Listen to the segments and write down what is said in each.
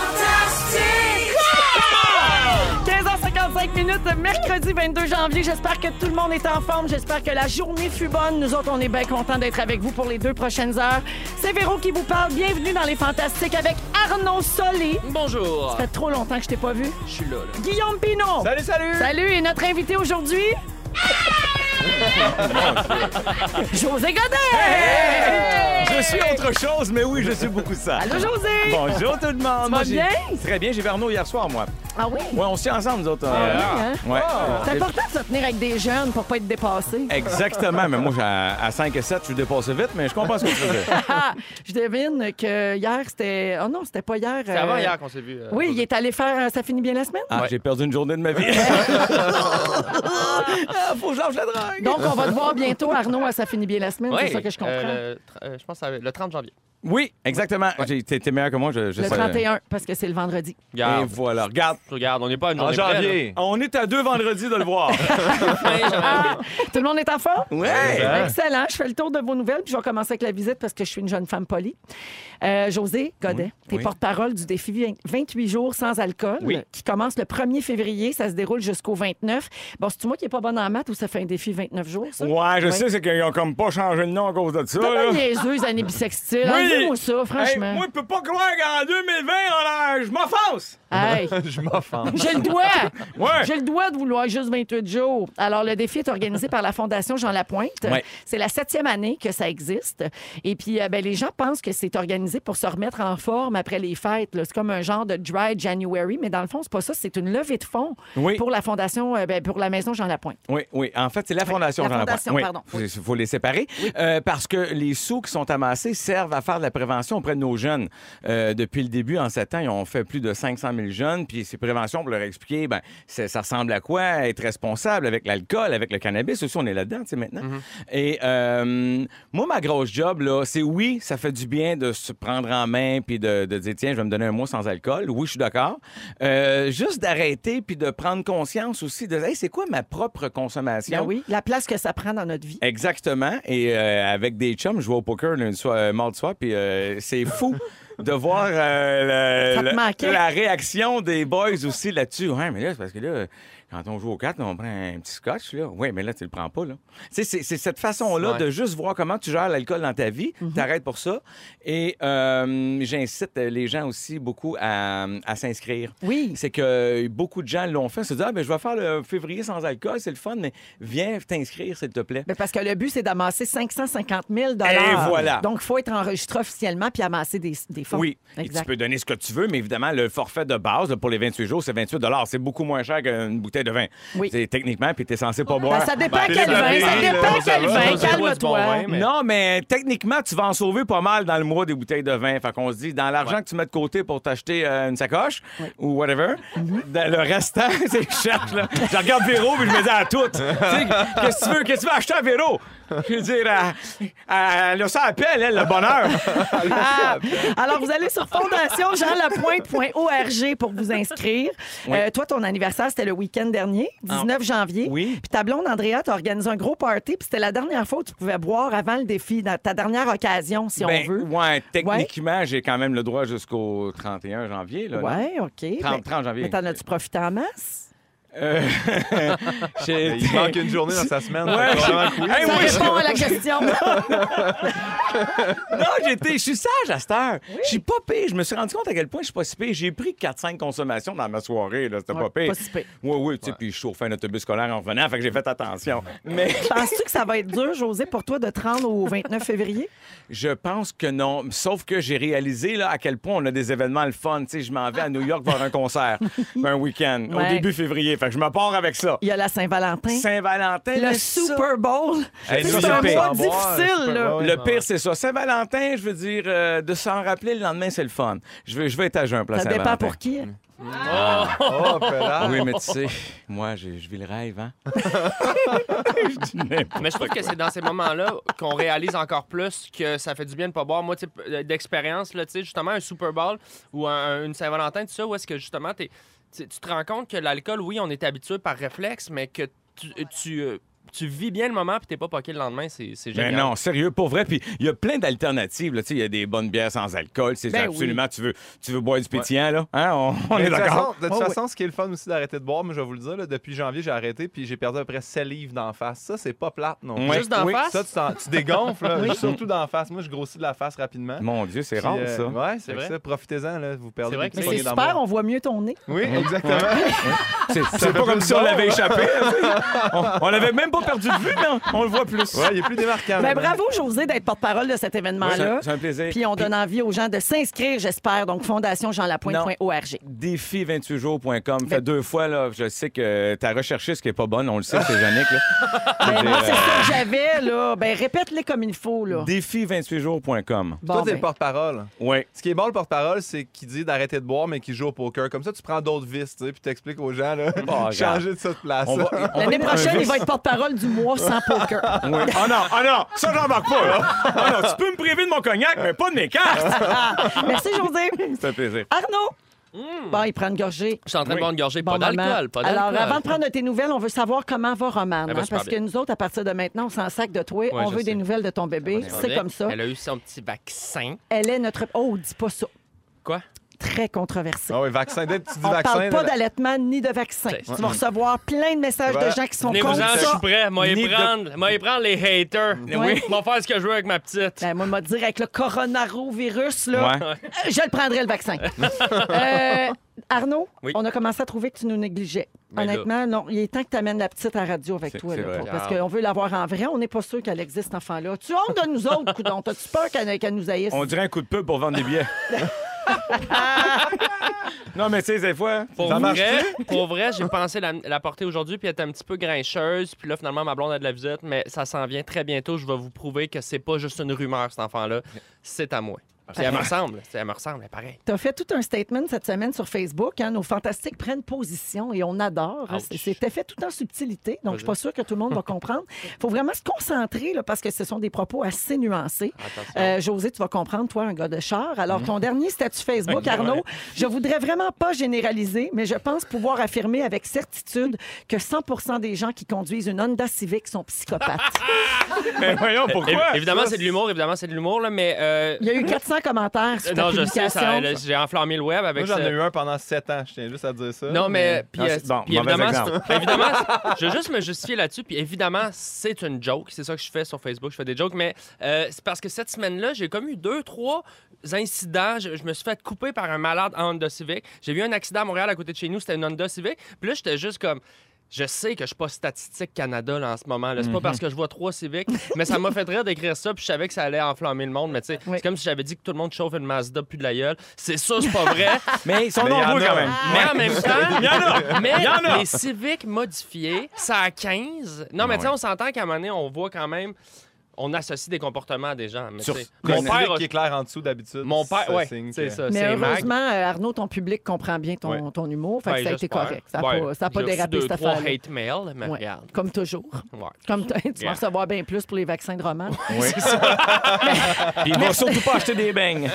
Fantastique! 15h55 minutes, mercredi 22 janvier. J'espère que tout le monde est en forme. J'espère que la journée fut bonne. Nous autres, on est bien contents d'être avec vous pour les deux prochaines heures. C'est Véro qui vous parle. Bienvenue dans les Fantastiques avec Arnaud Solé. Bonjour. Ça fait trop longtemps que je t'ai pas vu. Je suis là, là. Guillaume Pinot. Salut, salut. Salut, et notre invité aujourd'hui? José Godet! Je suis autre chose, mais oui, je suis beaucoup ça. Allô, José! Bonjour tout le monde. vas Moi, j'ai- bien? Très bien, j'ai vu Arnaud hier soir, moi. Ah oui? Ouais, on s'est ensemble, nous autres. euh, hein? ouais. C'est important de se tenir avec des jeunes pour pas être dépassé. Exactement, mais moi, j'ai- à 5 et 7, je suis dépassé vite, mais je comprends ce que tu veux dire. Ah, je devine que hier, c'était. Oh non, c'était pas hier. C'est euh, avant hier qu'on s'est vu. euh, Oui, il est allé faire euh, Ça finit bien la semaine. Ah, j'ai perdu une journée de ma vie. Ah, faut que je lâche la drogue. Donc, on va te voir bientôt, Arnaud, à Ça finit bien la semaine. Oui. C'est ça que je comprends. Euh, le tr- euh, je pense que ça avait- le 30 janvier. Oui, exactement. J'ai T'es t'es meilleur que moi, je, je le sais. 31, parce que c'est le vendredi. Et voilà, regarde. Regarde, on n'est pas à une En journée près, janvier. On est à deux vendredis de le voir. Ah, tout le monde est en forme? ouais. Excellent. Je fais le tour de vos nouvelles, puis je vais commencer avec la visite parce que je suis une jeune femme polie. Euh, José Godet, t'es oui. porte-parole du défi 20 28 jours sans alcool Oui. qui commence le 1er février. Ça se déroule jusqu'au 29. Bon, c'est-tu moi qui est pas bonne en maths ou ça fait un défi 29 jours, ça? Ouais, je Oui. sais, c'est qu'ils ont comme pas changé de nom à cause de ça. C'est là. pas niaiseux, les années bisextiles. Oui. Enlevez-moi ça, franchement. Hey, moi, je peux pas croire qu'en 2020, on a- je m'offense. Hey, Je m'offense. j'ai le doigt! Ouais. J'ai le doigt de vouloir juste 28 jours. Alors, le défi est organisé par la Fondation Jean Lapointe. Ouais. C'est la septième année que ça existe. Et puis, euh, ben, les gens pensent que c'est organisé pour se remettre en forme après les fêtes. là. C'est comme un genre de dry January, mais dans le fond, c'est pas ça. C'est une levée de fonds Oui. pour la Fondation, euh, ben, pour la Maison Jean Lapointe. Oui, oui. En fait, c'est la Fondation la Jean Lapointe. Fondation, Oui. pardon. Faut- Il faut les séparer Euh, parce que les sous qui sont amassés servent à faire de la prévention auprès de nos jeunes. Euh, depuis le début, en sept ans, ils ont fait plus de 500 000 jeunes. Puis ces préventions, pour leur expliquer, ben, c'est- ça ressemble à quoi être responsable avec l'alcool, avec le cannabis. Aussi, on est là-dedans, tu sais, maintenant. Mm-hmm. Et euh, moi, ma grosse job, là, c'est oui, ça fait du bien de se prendre en main puis de, de dire, tiens, je vais me donner un mois sans alcool. Oui, je suis d'accord. Euh, juste d'arrêter puis de prendre conscience aussi de, hey, c'est quoi ma propre consommation? Ben oui, la place que ça prend dans notre vie. Exactement. Et euh, avec des chums, je joue au poker lundi soir, euh, mardi soir, puis euh, c'est fou de voir euh, le- Ça te le- manquait. la réaction des boys aussi là-dessus. Ouais, mais là, c'est parce que là, quand on joue aux cartes, on prend un petit scotch, là. Ouais, mais là, tu le prends pas, là. Tu sais, c'est- c'est cette façon-là Ouais. de juste voir comment tu gères l'alcool dans ta vie. T'arrêtes pour ça. Et euh, j'incite les gens aussi beaucoup à, à s'inscrire Oui. c'est que beaucoup de gens l'ont fait. Se disent, ah, ben, je vais faire le février sans alcool, c'est le fun, mais viens t'inscrire, s'il te plaît. Ben, parce que le but, c'est d'amasser 550 000 Et voilà. Donc, il faut être enregistré officiellement puis amasser des, des fonds. Oui, Et exact. tu peux donner ce que tu veux, mais évidemment, le forfait de base là, pour les 28 jours, c'est 28 C'est beaucoup moins cher qu'une bouteille de vin. Oui. C'est- Techniquement, puis tu censé pas Ben, boire. ça dépend Ben, quel ça vin, ça dépend, là, ça dépend quel va, vin. ça va, c'est bon Calme-toi. vin, mais- Non, mais techniquement, tu vas en sauver pas mal dans le mois des bouteilles de vin. Fait qu'on se dit, dans l'argent que tu mets de côté pour t'acheter euh, une sacoche ou whatever, Mm-hmm. dans le restant, c'est que je cherche. Là. Je regarde Véro puis je me dis à toutes. Tu sais, Qu'est-ce que tu veux? Qu'est-ce que tu veux acheter à Véro? Je veux dire, à, à, elle a ça à la pelle, elle, le bonheur. Ah! Alors, vous allez sur fondationjeanlapointe.org pour vous inscrire. Euh, toi, ton anniversaire, c'était le week-end dernier, 19 janvier. Ah. Oui. Puis ta blonde, Andrea, t'as organisé un gros party, puis c'était la dernière fois où tu pouvais boire avant le défi, dans ta dernière occasion, si Ben, on veut. Ouais, techniquement, j'ai quand même le droit jusqu'au 31 janvier. Là, non? Ouais, OK. 30, Ben, 30 janvier. Mais t'en as-tu profité en masse? Euh, j'ai- Ben, Il manque une journée dans sa semaine. Ouais. fait que probablement que oui. Hey, Ça moi, répond à la question. Non, j'étais, je suis sage à cette heure. Je suis pas pire. Je me suis rendu compte à quel point je suis pas si pire. J'ai pris 4-5 consommations dans ma soirée. Là. C'était Ouais, pas pire. pas si pire. Oui, oui, tu sais, puis je chauffais un autobus scolaire en revenant, fait que j'ai fait attention. Mais Penses-tu que ça va être dur, José, pour toi de te rendre au 29 février? je pense que non. Sauf que j'ai réalisé là, à quel point on a des événements le fun. Tu sais, je m'en vais à New York voir un concert un week-end Ouais. au début février. Fait que je me pars avec ça. Il y a la Saint-Valentin, Saint-Valentin, le mais ça- Super Bowl. Hey, C'est nous, un on peut mois en boire, difficile, Super là. Bowl. Le pire, c'est ça. Saint-Valentin, je veux dire, euh, de s'en rappeler le lendemain, c'est le fun. Je vais, je vais être à jeun pour la Ça dépend Saint-Valentin. Ah pour qui. Oh, pédale. Oui, mais tu sais, moi, je, je vis le rêve, hein? Mais je trouve que c'est dans ces moments-là qu'on réalise encore plus que ça fait du bien de pas boire. Moi, tu sais, p- d'expérience, là, tu sais, justement, un Super Bowl ou un- une Saint-Valentin, tout ça, où est-ce que justement, t'es- tu tu te rends compte que l'alcool, oui, on est habitué par réflexe, mais que tu, tu, euh, tu vis bien le moment puis t'es pas poqué le lendemain, c'est c'est Mais génial. non, sérieux, pour vrai. Puis il y a plein d'alternatives. là. Tu sais, il y a des bonnes bières sans alcool. C'est Ben absolument, tu, veux, tu veux boire du pétillant, là. Hein? On, on est Mais de toute d'accord. façon- De Oh, toute oui. façon, ce qui est le fun aussi d'arrêter de boire, mais je vais vous le dire, là, depuis janvier, j'ai arrêté puis j'ai perdu à peu près 7 livres d'en face. Ça, c'est pas plate non plus. Ouais. Juste d'en Oui, face, Ça, tu, t'en- tu dégonfles, là, surtout d'en face. Moi, je grossis de la face rapidement. Mon Dieu, c'est Puis, rare, euh, ça. Ouais, c'est vrai. vrai. Ça, profitez-en, là, vous perdez C'est vrai des que petites Mais Soyez c'est poignées super, d'amour. on voit mieux ton nez. Oui, exactement. C'est fait c'est pas comme plus si on bon, l'avait hein? échappé. là, tu sais. on, on l'avait même pas perdu de vue, non? On le voit plus. Ah, ouais, il est plus démarquable. Ben, bravo, José, d'être porte-parole de cet C'est événement-là. un- c'est un plaisir. Puis on donne envie aux gens de s'inscrire, j'espère. Donc, fondationjeanlapointe.org. défi28jours.com. Fait deux fois, là, je sais que t'as recherché ce qui est pas bon, on le sait, c'est Yannick, là. Je veux Ben, moi, dire, c'est Ah. ça que j'avais, là. Ben, répète-les comme il faut, là. Défi28jours.com. Bon, Toi, t'es ben, le porte-parole. Oui. Ce qui est bon, le porte-parole, c'est qu'il dit d'arrêter de boire, mais qu'il joue au poker. Comme ça, tu prends d'autres vices, tu sais, puis t'expliques aux gens, là, regarde. changer de ça de place. On va- on va- L'année un prochaine, il vice. va être porte-parole du mois sans poker. Oui. Oh non, oh non, ça j'embarque pas, là. Oh non, tu peux me priver de mon cognac, mais pas de mes cartes. Merci, José. C'est un plaisir. Arnaud! Mm. Bon, il prend une gorgée. je suis en train de Oui. boire une gorgée. Bon Pas moment. d'alcool, pas Alors, d'alcool. avant de prendre de tes nouvelles, on veut savoir comment va Romane. Elle va hein, super parce que bien. nous autres, à partir de maintenant, on s'en sac de toi. on je veut des sais. nouvelles de ton bébé. C'est comme ça. Elle a eu son petit vaccin. Elle est notre. Oh, dis pas ça. Quoi? Très controversé. Ah oui, vaccin, dès que tu dis On vaccin. parle pas là, d'allaitement ni de vaccin. C'est- Tu vas recevoir plein de messages Ouais. de gens qui sont Venez-vous-en, contre je suis ça. prêt. Moi, Ni y de- prendre, moi, y prendre les haters. Oui. M'en faire ce que je veux avec ma petite. Ben, moi, je vais te dire, avec le coronavirus, là, Ouais. euh, je le prendrai, le vaccin. Euh, Arnaud, Oui. on a commencé à trouver que tu nous négligeais. Mais là- Honnêtement, non, il est temps que tu amènes la petite à la radio avec Ben C'est- toi. c'est là, vrai. pour- parce qu'on veut l'avoir en vrai. On n'est pas sûr qu'elle existe, cet enfant-là. Tu as honte de nous autres, coudon. T'as-tu peur qu'elle qu'elle nous haïsse? On dirait un coup de pub pour vendre des billets. non, mais tu sais, des fois. Pour Ça marche vrai, pour vrai, j'ai pensé la, la porter aujourd'hui, puis elle était un petit peu grincheuse. Puis là, finalement, ma blonde a de la visite, mais ça s'en vient très bientôt. Je vais vous prouver que c'est pas juste une rumeur, cet enfant-là. C'est à moi. Puis elle me ressemble. Elle me ressemble, elle est pareille. Tu as fait tout un statement cette semaine sur Facebook. hein. nos fantastiques prennent position et on adore. hein. Ouch. C'est- C'était fait tout en subtilité, donc je suis pas sûre que tout le monde va comprendre. Il faut vraiment se concentrer là, parce que ce sont des propos assez nuancés. Euh, José, tu vas comprendre, toi, un gars de char. Mm. Alors, ton dernier statut Facebook, Arnaud, je voudrais vraiment pas généraliser, mais je pense pouvoir affirmer avec certitude que 100 des gens qui conduisent une Honda Civic sont psychopathes. Mais voyons pourquoi. Évi- évidemment, c'est de l'humour, évidemment, c'est de l'humour, là, mais. euh, Il y a eu 400 commentaires sur ta non, je publication. sais, ça- là, j'ai enflammé le web avec Moi, j'en ça. ai eu un pendant 7 ans, je tiens juste à dire ça. Non, mais. puis, Non, euh, Ah, c'est- bon, puis mauvais évidemment, exemple. c'est- évidemment, c'est- je veux juste me justifier là-dessus. Puis évidemment, c'est une joke. C'est ça que je fais sur Facebook. Je fais des jokes. Mais euh, c'est parce que cette semaine-là, j'ai comme eu deux, trois incidents. Je, je me suis fait couper par un malade en Honda Civic. J'ai vu un accident à Montréal à côté de chez nous. C'était une Honda Civic. Puis là, j'étais juste comme. Je sais que je suis pas statistique Canada là, en ce moment. là. C'est Mhm. pas parce que je vois trois civiques, mais ça m'a fait rire d'écrire ça. Puis je savais que ça allait enflammer le monde. Mais tu sais, Oui. c'est comme si j'avais dit que tout le monde chauffe une Mazda plus de la gueule. C'est ça, c'est pas vrai. Mais ils sont Mais y en nombreux a. quand même. Mais en même temps, Il y en a. mais Il y en a. les civiques modifiés, ça à 15. Non, mais tu sais, Ouais. on s'entend qu'à un moment donné, on voit quand même, on associe des comportements à des gens. Mais Sur- tu sais, Comme mon le Civic père, qui est clair en dessous d'habitude. mon père, ça ouais, signe c'est que- ça, Mais c'est mag. heureusement, euh, Arnaud, ton public comprend bien ton, Ouais. ton humour. Fait que Ouais, ça a été j'espère. correct. Ça n'a Ouais. pas, ça a pas J'ai reçu dérapé deux, cette trois affaire. hate mail, mais regarde. Comme toujours. Ouais. Comme t- tu vas Yeah. recevoir bien plus pour les vaccins de Roman. Oui. Puis ils vont surtout pas acheter des beignes.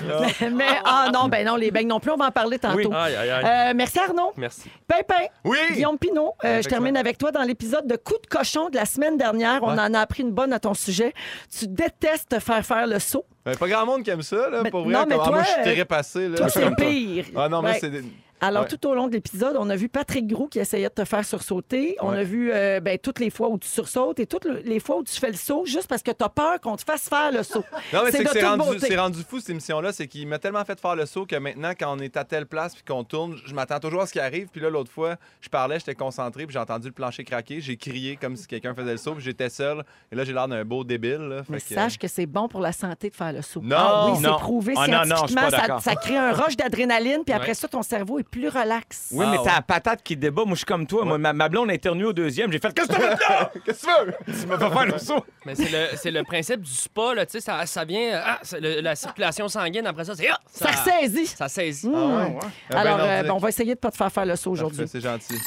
Mais ah non, ben non, les beignes non plus, on va en parler tantôt. Oui. Aïe, aïe, aïe. Euh, merci Arnaud. Merci. Pimpin, Oui! Guillaume Pinot, euh, je Effectivement. termine avec toi dans l'épisode de Coup de cochon de la semaine dernière. On en a appris une bonne à ton sujet. Tu détestes te faire faire le saut. Ben, pas grand monde qui aime ça, là, Mais- pour vrai. non, mais Ah, moi, toi, je suis euh, très passé, là. Toi, c'est pire. Ah non, moi, Ouais. c'est... des- Alors, Ouais. tout au long de l'épisode, on a vu Patrick Groux qui essayait de te faire sursauter. On Ouais. a vu euh, ben, toutes les fois où tu sursautes et toutes le- les fois où tu fais le saut juste parce que tu as peur qu'on te fasse faire le saut. Non, mais C'est c'est que de c'est toute rendu, beauté. c'est rendu fou cette émission-là, c'est qu'il m'a tellement fait faire le saut que maintenant, quand on est à telle place puis qu'on tourne, je m'attends toujours à ce qui arrive. Puis là, l'autre fois, je parlais, j'étais concentré, puis j'ai entendu le plancher craquer, j'ai crié comme si quelqu'un faisait le saut, puis j'étais seul. Et là, j'ai l'air d'un beau débile. là. Fait Mais que- sache que c'est bon pour la santé de faire le saut. Non, Ah oui, non. c'est prouvé Ah non, non, je suis scientifiquement. pas ça, d'accord. ça crée un rush d'adrénaline, puis après Ouais. ça, ton cerveau est plus relax. Oui, Ah, mais t'as ouais. la patate qui débat. Moi, je suis comme toi. Moi, ma, ma blonde est éternuée au deuxième. J'ai fait Qu'est-ce que tu fais là? Qu'est-ce que tu veux? tu m'as pas faire le saut. Mais c'est le, c'est le principe du spa, là, tu sais, ça, ça vient, ah, c'est le- la circulation sanguine, après ça, c'est, ah, Ça Mm. ressaisit. Ça saisit. Ah, ben, Alors, non, euh, dis- ben, on va essayer de pas te faire faire le saut aujourd'hui. Parfait, C'est gentil.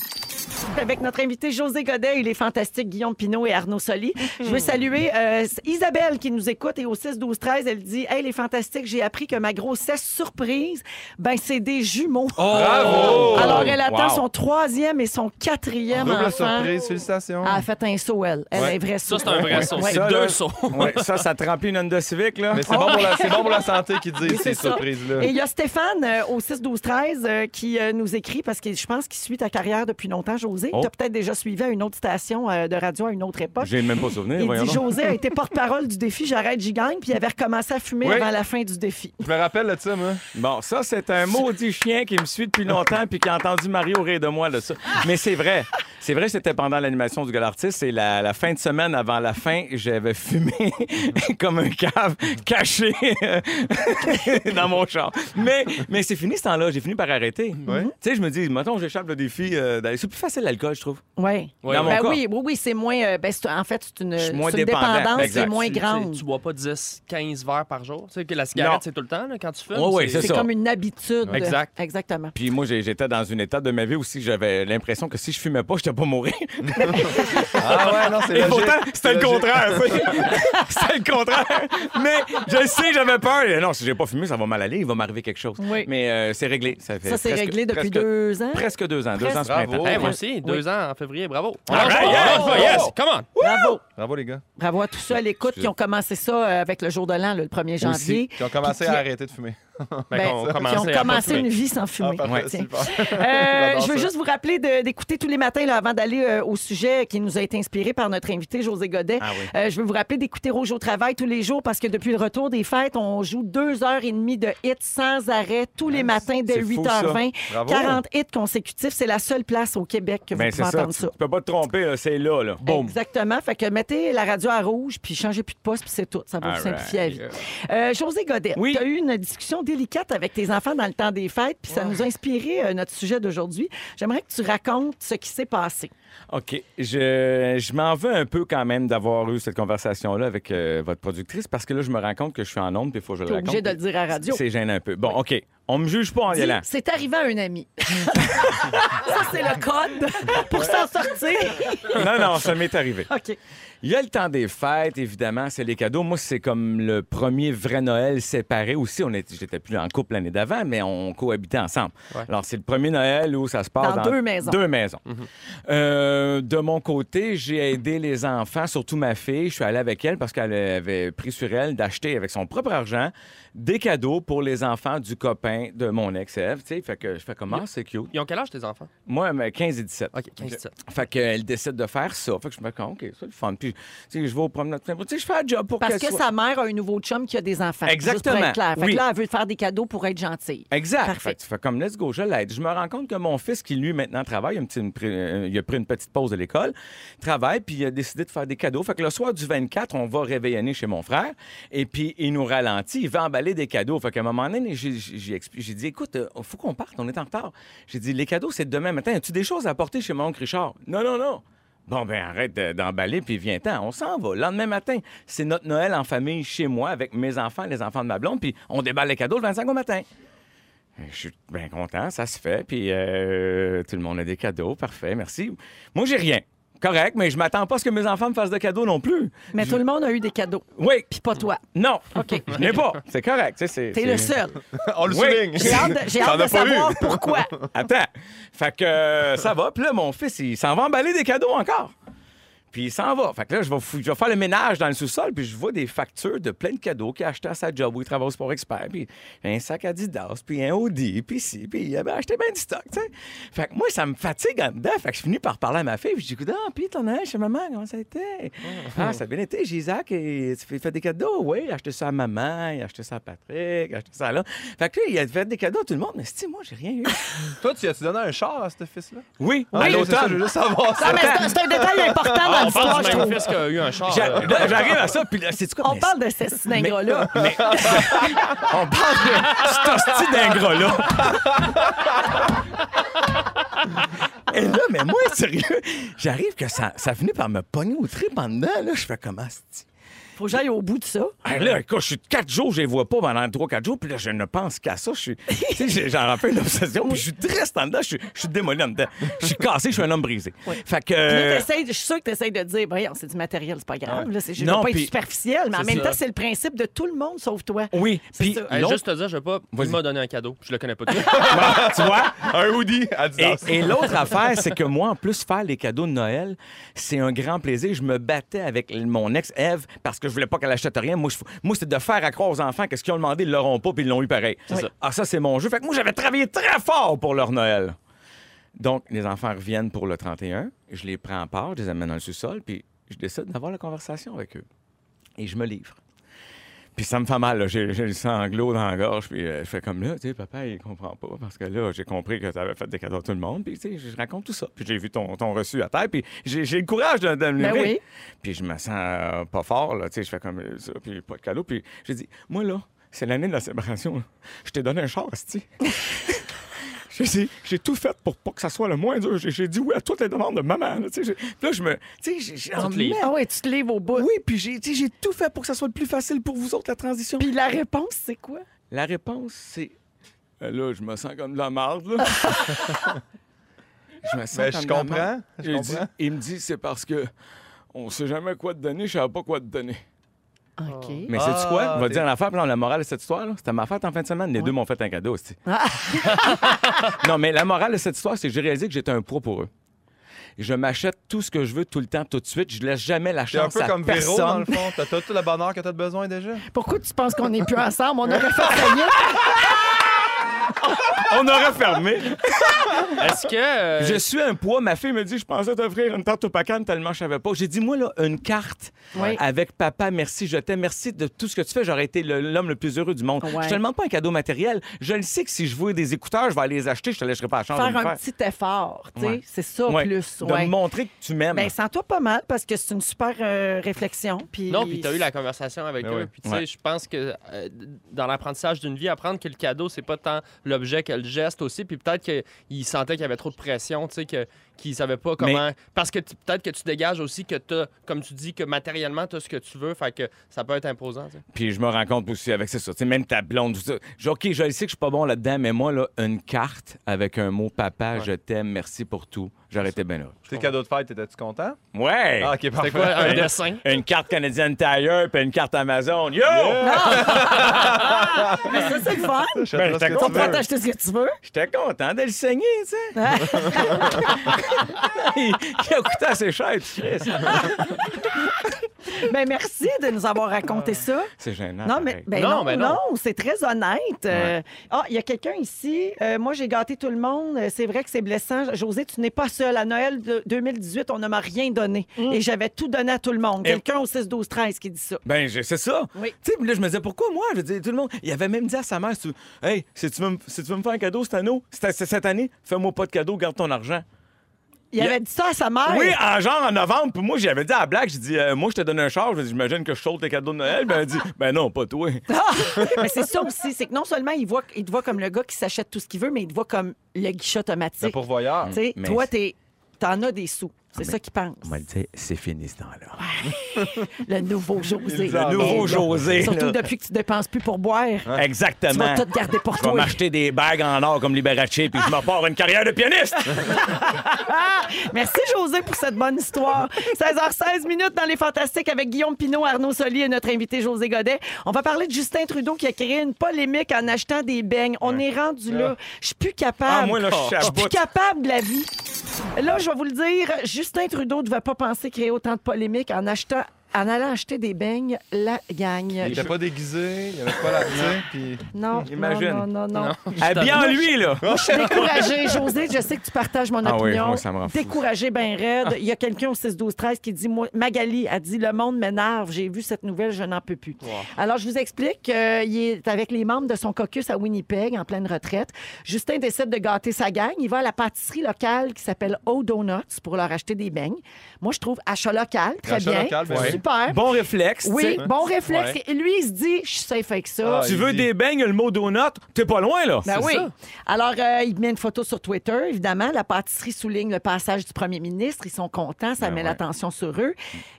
Avec notre invité José Godet, il est fantastique, Guillaume Pinot et Arnaud Soli. Je veux saluer euh, Isabelle qui nous écoute et au 6 12 13, elle dit "Hey les fantastiques, j'ai appris que ma grossesse surprise, ben c'est des jumeaux." Oh! Bravo! Alors elle attend Wow. son troisième et son quatrième Double enfant. surprise, félicitations. Elle a fait un saut, elle. Elle Ouais. est vraie Ça, c'est un vrai saut. Ouais. C'est Ça, deux là- sauts. Ouais, ça, ça te remplit une Honda Civic, là. Mais c'est bon, pour la- c'est bon pour la santé qu'ils disent Oui, c'est ces ça. surprises-là. Et il y a Stéphane euh, au 6-12-13 euh, qui euh, nous écrit parce que je pense qu'il suit ta carrière depuis longtemps, José. Oh. Tu as peut-être déjà suivi à une autre station euh, de radio à une autre époque. J'ai même pas souvenir. Il voyons dit donc. José a été porte-parole du défi J'arrête, j'y gagne, puis il avait recommencé à fumer Oui. avant la fin du défi. Je me rappelle de ça, moi. Bon, ça, c'est un maudit chien qui me suit depuis longtemps puis qui a entendu Mario rire de moi, là, ça. Mais c'est vrai. C'est vrai, c'était pendant l'animation du Galartiste et la, la fin de semaine avant la fin, j'avais fumé comme un cave caché dans mon char. Mais, mais c'est fini ce temps-là. J'ai fini par arrêter. Ouais. Tu sais, je me dis, mettons, j'échappe le défi euh, d'aller. C'est plus facile l'alcool, je trouve. Ouais. Ouais. Dans mon Ben cas. oui, oui, oui, c'est moins. euh, ben, c'est- en fait, c'est une, Je suis moins c'est une dépendant, dépendance, exact. c'est moins Tu- tu- grande. Tu, bois pas 10, 15 verres par jour. Tu sais que la cigarette, Non. c'est tout le temps, là, quand tu fumes. Ouais, ouais, C'est ça. comme une habitude. Exact. Exactement. Puis moi, j'ai- j'étais dans une étape de ma vie aussi, j'avais l'impression que si je fumais pas, j'étais pas mourir. Ah ouais, non, c'est Et logique. pourtant, c'était le C'est logique. contraire. tu sais. c'était le contraire. Mais je sais, j'avais peur. Et Non, si j'ai pas fumé, ça va mal aller. Il va m'arriver quelque chose. Oui. Mais euh, c'est réglé. Ça, fait Ça, c'est presque- réglé depuis presque- deux ans. Presque deux ans. Deux Presque. Eh ans ce Bravo. printemps. Hey, moi Oui. aussi, deux ans en février, bravo. All right, yes, Bravo, yes, come on. Bravo. Bravo, les gars. Bravo à tous ceux à l'écoute qui ont commencé ça euh, avec le jour de l'an, le 1er janvier. Qui ont commencé Qui- à arrêter de fumer. Ben, Ben, on qui ont commençait à commencé pas une vie sans fumer. Ah, parfait, Tiens. super. Euh, J'adore je veux ça. juste vous rappeler de- d'écouter tous les matins là, avant d'aller euh, au sujet qui nous a été inspiré par notre invité José Godet. Ah oui. Euh, je veux vous rappeler d'écouter Rouge au travail tous les jours parce que depuis le retour des fêtes, on joue deux heures et demie de hits sans arrêt tous les matins dès Hein, c'est fou, 8h20. ça. Bravo. 40 hits consécutifs. C'est la seule place au Québec que vous Ben, pouvez c'est ça. entendre Tu, ça. tu peux pas te tromper. là, C'est là. là. Boum. Exactement. Fait que mettez la radio à rouge, puis changez plus de poste, puis c'est tout. Ça va vous All simplifier la vie. Euh, José Godet, Oui. tu as eu une discussion délicate avec tes enfants dans le temps des fêtes, puis ça nous a inspiré euh, notre sujet d'aujourd'hui. J'aimerais que tu racontes ce qui s'est passé. OK. Je, je m'en veux un peu quand même d'avoir eu cette conversation-là avec euh, votre productrice parce que là, je me rends compte que je suis en onde puis il faut que je Tu le es raconte. obligé de le dire à la radio. C'est gênant un peu. Bon, OK. On me juge pas en y allant. Dis, C'est arrivé à un ami. ça, c'est le code pour s'en sortir. Non, non, ça m'est arrivé. OK. Il y a le temps des fêtes, évidemment, c'est les cadeaux. Moi, c'est comme le premier vrai Noël séparé aussi. On est, j'étais plus en couple l'année d'avant, mais on cohabitait ensemble. Ouais. Alors, c'est le premier Noël où ça se passe Dans dans, deux maisons. deux maisons. Euh, de mon côté, j'ai aidé les enfants, surtout ma fille. Je suis allé avec elle parce qu'elle avait pris sur elle d'acheter avec son propre argent des cadeaux pour les enfants du copain de mon ex Ève, Tu sais, fait que je fais comment c'est cute. Ils ont quel âge tes enfants? Moi, mais 15 et 17. OK, 15-17. Fait qu'elle décide de faire ça. Fait que je me dis, OK, ça, c'est le fun. Puis, tu sais, je vais au promenade. Tu sais, je fais un job pour Parce qu'elle que soit- sa mère a un nouveau chum qui a des enfants. Juste pour Exactement. être clair. Fait que Oui. là, elle veut faire des cadeaux pour être gentille. Exact. Parfait. Fait que tu fais comme, let's go, je l'aide. Je me rends compte que mon fils, qui lui maintenant travaille, un petit- une pri- euh, il a pris une petite pause de l'école, travaille, puis il a décidé de faire des cadeaux. Fait que le soir du 24, on va réveillonner chez mon frère, et puis il nous ralentit, il va emballer des cadeaux. Fait qu'à un moment donné, j'ai- j'ai j'ai expli- j'ai dit, écoute, euh, faut qu'on parte, on est en retard. J'ai dit, les cadeaux, c'est demain matin. As-tu des choses à apporter chez mon oncle Richard? Non, non, non. Bon, ben arrête de- d'emballer, puis viens-t'en, on s'en va. Le lendemain matin, c'est notre Noël en famille chez moi, avec mes enfants, les enfants de ma blonde, puis on déballe les cadeaux le 25 au matin. Je suis bien content, ça se fait. Puis euh, tout le monde a des cadeaux, parfait, merci. Moi, j'ai rien. Correct, mais je m'attends pas à ce que mes enfants me fassent de cadeaux non plus. Mais tout le monde a eu des cadeaux. Oui, Puis pas toi. non, OK. je n'ai pas. C'est correct, tu sais. c'est- T'es c'est- le seul. On le Oui. souligne. J'ai hâte de, j'ai T'en hâte de as pas eu. savoir pourquoi. Attends. Fait que euh, ça va. Puis là, mon fils, il s'en va emballer des cadeaux encore. Puis il s'en va. Fait que là, je vais, fou- je vais faire le ménage dans le sous-sol, puis je vois des factures de plein de cadeaux qu'il a acheté à sa job où il travaille au Sport Expert, puis un sac Adidas, puis un Audi, puis ci, puis il avait acheté bien du stock, tu sais. Fait que moi, ça me fatigue en dedans. Fait que je finis par parler à ma fille, puis je dis, écoute, ah, puis t'en as un chez maman, comment ça a été? Ah, ça a bien été, j'ai Isaac, et tu fais, il fait des cadeaux, oui, il a acheté ça à maman, il a acheté ça à Patrick, il a acheté ça à là. Fait que là, il a fait des cadeaux à tout le monde, mais si moi, j'ai rien eu. Toi, tu as-tu donné un char à ce fils-là? Oui, Ah, à non, c'est ça, je veux l'automne. juste savoir ça. Ah, mais c'est un- c'est un détail important dans on parle l'histoire, je du même trouve. fils qui a eu un char. J'a- euh. là, J'arrive à ça, puis là, c'est quoi? On mais- parle de ce cylindre-là. On parle de cet hostie d'ingrat-là. Et là, mais moi, sérieux, j'arrive que ça, ça finit par me pogner au trip en dedans. Là, je fais comment, hostie? Faut que j'aille au bout de ça. Hey, là, écoute, je suis de quatre jours, je les vois pas pendant trois, quatre jours, puis là, je ne pense qu'à ça. Je suis, tu sais, j'ai- j'en refais une obsession, puis je suis triste en dedans, je suis, je suis démoli en dedans. Je suis cassé, je suis un homme brisé. Fait que. euh, Puis là, t'essayes- je suis sûre que tu essayes de dire, voyons, c'est du matériel, c'est pas grave. Là, c'est- je Non, veux pas puis- être superficiel, mais en c'est même ça. temps, c'est le principe de tout le monde sauf toi. oui, C'est puis ça. Hey, Euh, l'autre- Euh, juste te dire, je vais pas. Vas-y. Il m'a donné un cadeau. Je le connais pas. tout. tu vois, Un hoodie Et, Adidas. et l'autre affaire, c'est que moi, en plus, faire les cadeaux de Noël, c'est un grand plaisir. Je me battais avec mon ex, Eve, parce que je voulais pas qu'elle achète rien. Moi, je- moi c'est de faire à croire aux enfants que ce qu'ils ont demandé, ils l'auront pas, puis ils l'ont eu pareil. ça. Ah, ça, c'est mon jeu. Fait que moi, j'avais travaillé très fort pour leur Noël. Donc, les enfants reviennent pour le 31. Je les prends en part, je les amène dans le sous-sol, puis je décide d'avoir la conversation avec eux. Et je me livre. Puis ça me fait mal, là. J'ai, j'ai le sanglot dans la gorge. Puis euh, je fais comme là, tu sais, papa, il comprend pas. Parce que là, j'ai compris que tu avais fait des cadeaux à tout le monde. Puis, tu sais, je raconte tout ça. Puis j'ai vu ton, ton reçu à terre. Puis j'ai, j'ai le courage de, de me Ben lever. oui. Puis je me sens euh, pas fort, là. Tu sais, je fais comme euh, ça. Puis pas de cadeau. Puis j'ai dit, moi, là, c'est l'année de la séparation. là. Je t'ai donné un char, tu j'ai, j'ai- j'ai tout fait pour pas que ça soit le moins dur. J'ai, j'ai dit oui à toutes les demandes de maman. Là, tu sais, j'ai- puis là, je me. Tu sais, j'ai- j'ai- te livres. Ah ouais, tu te lèves au bout. Oui, puis j'ai, tu sais, j'ai tout fait pour que ça soit le plus facile pour vous autres, la transition. Puis la réponse, c'est quoi? La réponse, c'est. Euh, Là, je me sens comme de la marde, là. je me sens Ben, comme de la je comprends, marde. je J'ai dit- comprends. il me dit, c'est parce que on sait jamais quoi te donner, je savais pas quoi te donner. OK. Mais Ah, c'est quoi? On va t'es- dire l'affaire, puis là, la morale de cette histoire, là, c'était ma fête en fin de semaine. Les deux m'ont fait un cadeau aussi. Ah. non, mais la morale de cette histoire, c'est que j'ai réalisé que j'étais un pro pour eux. Je m'achète tout ce que je veux tout le temps, tout de suite. Je laisse jamais la T'es un chance peu à comme personne. Véro, dans le fond. T'as t'as tout le bonheur que t'as besoin déjà. Pourquoi tu penses qu'on n'est plus ensemble? On aurait fait ça mieux. On aurait fermé. Est-ce que. euh, Je suis un poids. Ma fille me dit, je pensais t'offrir une tarte au pacane tellement je savais pas. J'ai dit, moi, là, une carte Oui. avec papa, merci, je t'aime, merci de tout ce que tu fais. J'aurais été le- l'homme le plus heureux du monde. Ouais. Je te demande pas un cadeau matériel. Je le sais que si je veux des écouteurs, je vais aller les acheter. Je te laisserai pas la chance de Faire le un faire. petit effort, tu sais. Ouais. C'est ça Ouais. plus. De Ouais. me montrer que tu m'aimes. Ben, sens-toi pas mal parce que c'est une super euh, réflexion. Puis... Non, puis t'as eu la conversation avec Ben eux. oui. Puis tu sais, Ouais. je pense que euh, dans l'apprentissage d'une vie, apprendre que le cadeau, c'est pas tant l'objet que le geste aussi. Puis peut-être qu'ils sentaient qu'il y avait trop de pression, tu sais, que- qu'ils savaient pas comment. Parce que t- peut-être que tu dégages aussi que t'as, comme tu dis, que matériellement, t'as ce que tu veux. Fait que ça peut être imposant, tu sais. Puis je me rends compte aussi avec c'est ça. Tu sais, même ta blonde, tout ça. Je- OK, je le sais que je suis pas bon là-dedans, mais moi, là, une carte avec un mot papa, je t'aime, merci pour tout. J'aurais été bien heureux. Tes cadeaux de fête, t'étais-tu content? Ouais! Ah, ok, C'est quoi, un parfait. dessin? Une carte canadienne Tire puis une carte Amazon. Yo! Mais ça, c'est le fun. Je sais pas ce que j'étais tu On content. veux. peut t'acheter ce que tu veux. J'étais content de le saigner, tu sais. il, il a coûté assez cher, tu sais. Ben, merci de nous avoir raconté ça. C'est gênant. Non, mais ben pareil. Non, non, mais non. non, c'est très honnête. Euh, Ah, il y a quelqu'un ici. Euh, moi, j'ai gâté tout le monde. Euh, C'est vrai que c'est blessant. José, tu n'es pas seul. À Noël de- 2018, on ne m'a rien donné. Et j'avais tout donné à tout le monde. Et- Quelqu'un au 6, 12, 13 qui dit ça. Ben, je- c'est ça. Oui. Tu sais, puis là, je me disais, pourquoi moi? Je dis, tout le monde. Il avait même dit à sa mère, si tu- hey, si tu veux me, si tu veux me faire un cadeau cette année, cette, cette année, fais-moi pas de cadeau, garde ton argent. Il Y a- avait dit ça à sa mère. Oui, en genre en novembre. Puis moi, j'avais dit à la blague, j'ai dit, euh, moi, je te donne un char. Je dis, j'imagine que je saute tes cadeaux de Noël. Ben, elle dit, ben non, pas toi. Ah! mais c'est ça aussi. C'est que non seulement il, voit, il te voit comme le gars qui s'achète tout ce qu'il veut, mais il te voit comme le guichet Le automatique. pourvoyeur. Tu sais, Ben, Mais toi, c'est- Ah, t'es- t'en as des sous. C'est ça qu'il pense. On m'a dit, c'est fini ce temps-là. Le nouveau José. Le nouveau Mais- José, Surtout là. depuis que tu dépenses plus pour boire. Exactement. Tu vas tout garder pour Je vais toi. m'acheter des bagues en or comme Liberace, puis je me pars une carrière de pianiste. Ah! Merci, José, pour cette bonne histoire. 16h16 minutes dans Les Fantastiques avec Guillaume Pinot, Arnaud Soli et notre invité José Godet. On va parler de Justin Trudeau qui a créé une polémique en achetant des beignes. On est rendu là. Je suis plus capable. Ah, moi, là, je suis à suis plus bout. capable de la vie. Là, je vais vous le dire, Justin Trudeau ne devait pas penser créer autant de polémiques en achetant en allant acheter des beignes, la gagne. Il était pas déguisé, il avait pas la puis Non, Imagine. non, non, non, non. Ah, bien en lui, là! Moi, je suis découragée. José, je sais que tu partages mon Ah oui, opinion. moi, ça me rend fou. découragée, ben raide. Il y a quelqu'un au 6-12-13 qui dit moi, Magali a dit Le monde m'énerve. J'ai vu cette nouvelle, je n'en peux plus. Alors, je vous explique. euh, il est avec les membres de son caucus à Winnipeg, en pleine retraite. Justin décide de gâter sa gang. Il va à la pâtisserie locale qui s'appelle O Donuts pour leur acheter des beignes. Moi, je trouve achat local, très Achat bien. local, ben oui. Super. Bon réflexe. tu oui, sais. bon réflexe. Ouais. Et lui, il se dit Je suis safe avec ça. Ah, Tu veux il dit- des beignes, le mot donut, t'es pas loin, là. Ben C'est oui. ça. Alors, euh, il met une photo sur Twitter, évidemment. La pâtisserie souligne le passage du premier ministre. Ils sont contents, ça Ben met l'attention sur eux.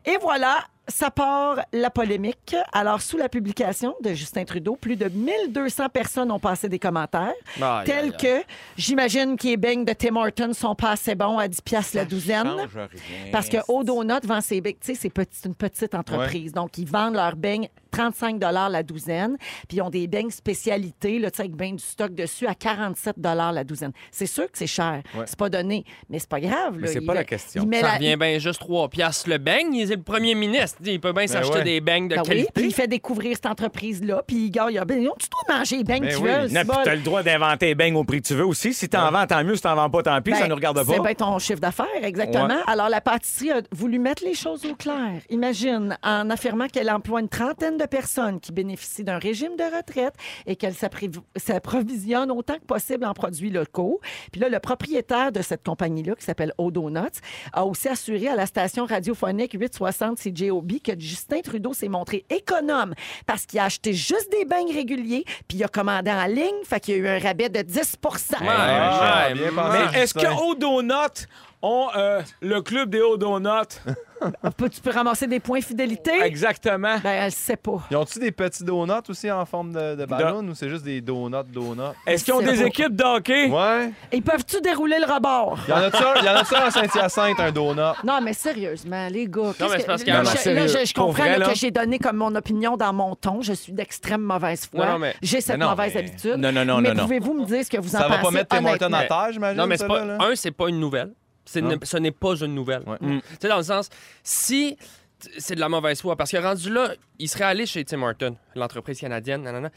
Et voilà, ça part la polémique. Alors, sous la publication de Justin Trudeau, plus de 1200 personnes ont passé des commentaires, Aïe, aïe, tels aïe. que j'imagine que les beignes de Tim Hortons sont pas assez bons à 10 piastres la douzaine. Parce que O'Donut vend ses beignes. Tu sais, c'est petit- une petite entreprise. Donc, ils vendent leurs beignes 35 la douzaine. Puis, ils ont des beignes spécialités, là, tu sais, avec bien du stock dessus, à 47 la douzaine. C'est sûr que c'est cher. C'est pas donné. Mais c'est pas grave. là. Mais c'est Il pas la met- question. il met Ça la- revient bien juste 3 piastres le beigne. Il est le premier ministre. Il peut bien s'acheter ouais. des beignes de Ben oui, puis qualité. il fait découvrir cette entreprise-là, puis il gagne. Ben, non, tu dois manger les beignes Ben que tu oui. veux. Non, c'est puis bol. t'as le droit d'inventer les beignes au prix que tu veux aussi. Si t'en vends, tant mieux. Si t'en vends pas, tant pis. Ben, ça nous regarde pas. C'est bien ton chiffre d'affaires, exactement. Ouais. Alors, la pâtisserie a voulu mettre les choses au clair. Imagine, en affirmant qu'elle emploie une trentaine de personnes qui bénéficient d'un régime de retraite et qu'elle s'appriv- s'approvisionne autant que possible en produits locaux. Puis là, le propriétaire de cette compagnie-là, qui s'appelle O'Donuts, a aussi assuré à la station radiophonique 860 CJOB que Justin Trudeau s'est montré économe parce qu'il a acheté juste des beignes réguliers, puis il a commandé en ligne, fait qu'il y a eu un rabais de 10 Ah, Ouais, bien ouais, pensé, Mais est-ce Justin. que O'Donut ont euh, le club des O'Donuts? Peux- tu peux ramasser des points fidélité? Exactement. Ben, elle sait pas. Ils ont-tu des petits donuts aussi en forme de, de ballon ou c'est juste des donuts, donuts? Est-ce qu'ils ont c'est des pas- équipes d'hockey? Ouais. Ils peuvent-tu dérouler le rebord? Il y en a-tu un, il y en a-tu un à Saint-Hyacinthe, un donut? Non, mais sérieusement, les gars. qu'est-ce mais c'est parce que- Là, Non, non, je, sérieux. là, je- je Pour comprends vrai, là, là. que j'ai donné comme mon opinion dans mon ton. Je suis d'extrême mauvaise foi. Non, non, mais- J'ai cette Mais non, mauvaise mais- habitude. Non, non, non, mais non, non. pouvez-vous me dire ce que vous en Ça va pensez? pas mettre Tim Hortons honnêtement? en terre, j'imagine? Non, mais c'est Ah, ça, pas, là? un, c'est pas une nouvelle. C'est Non. une- ce n'est pas une nouvelle. Ouais. Mm. Tu sais, dans le sens, si t- c'est de la mauvaise foi, parce que rendu là, il serait allé chez Tim Horton, l'entreprise canadienne, nanana.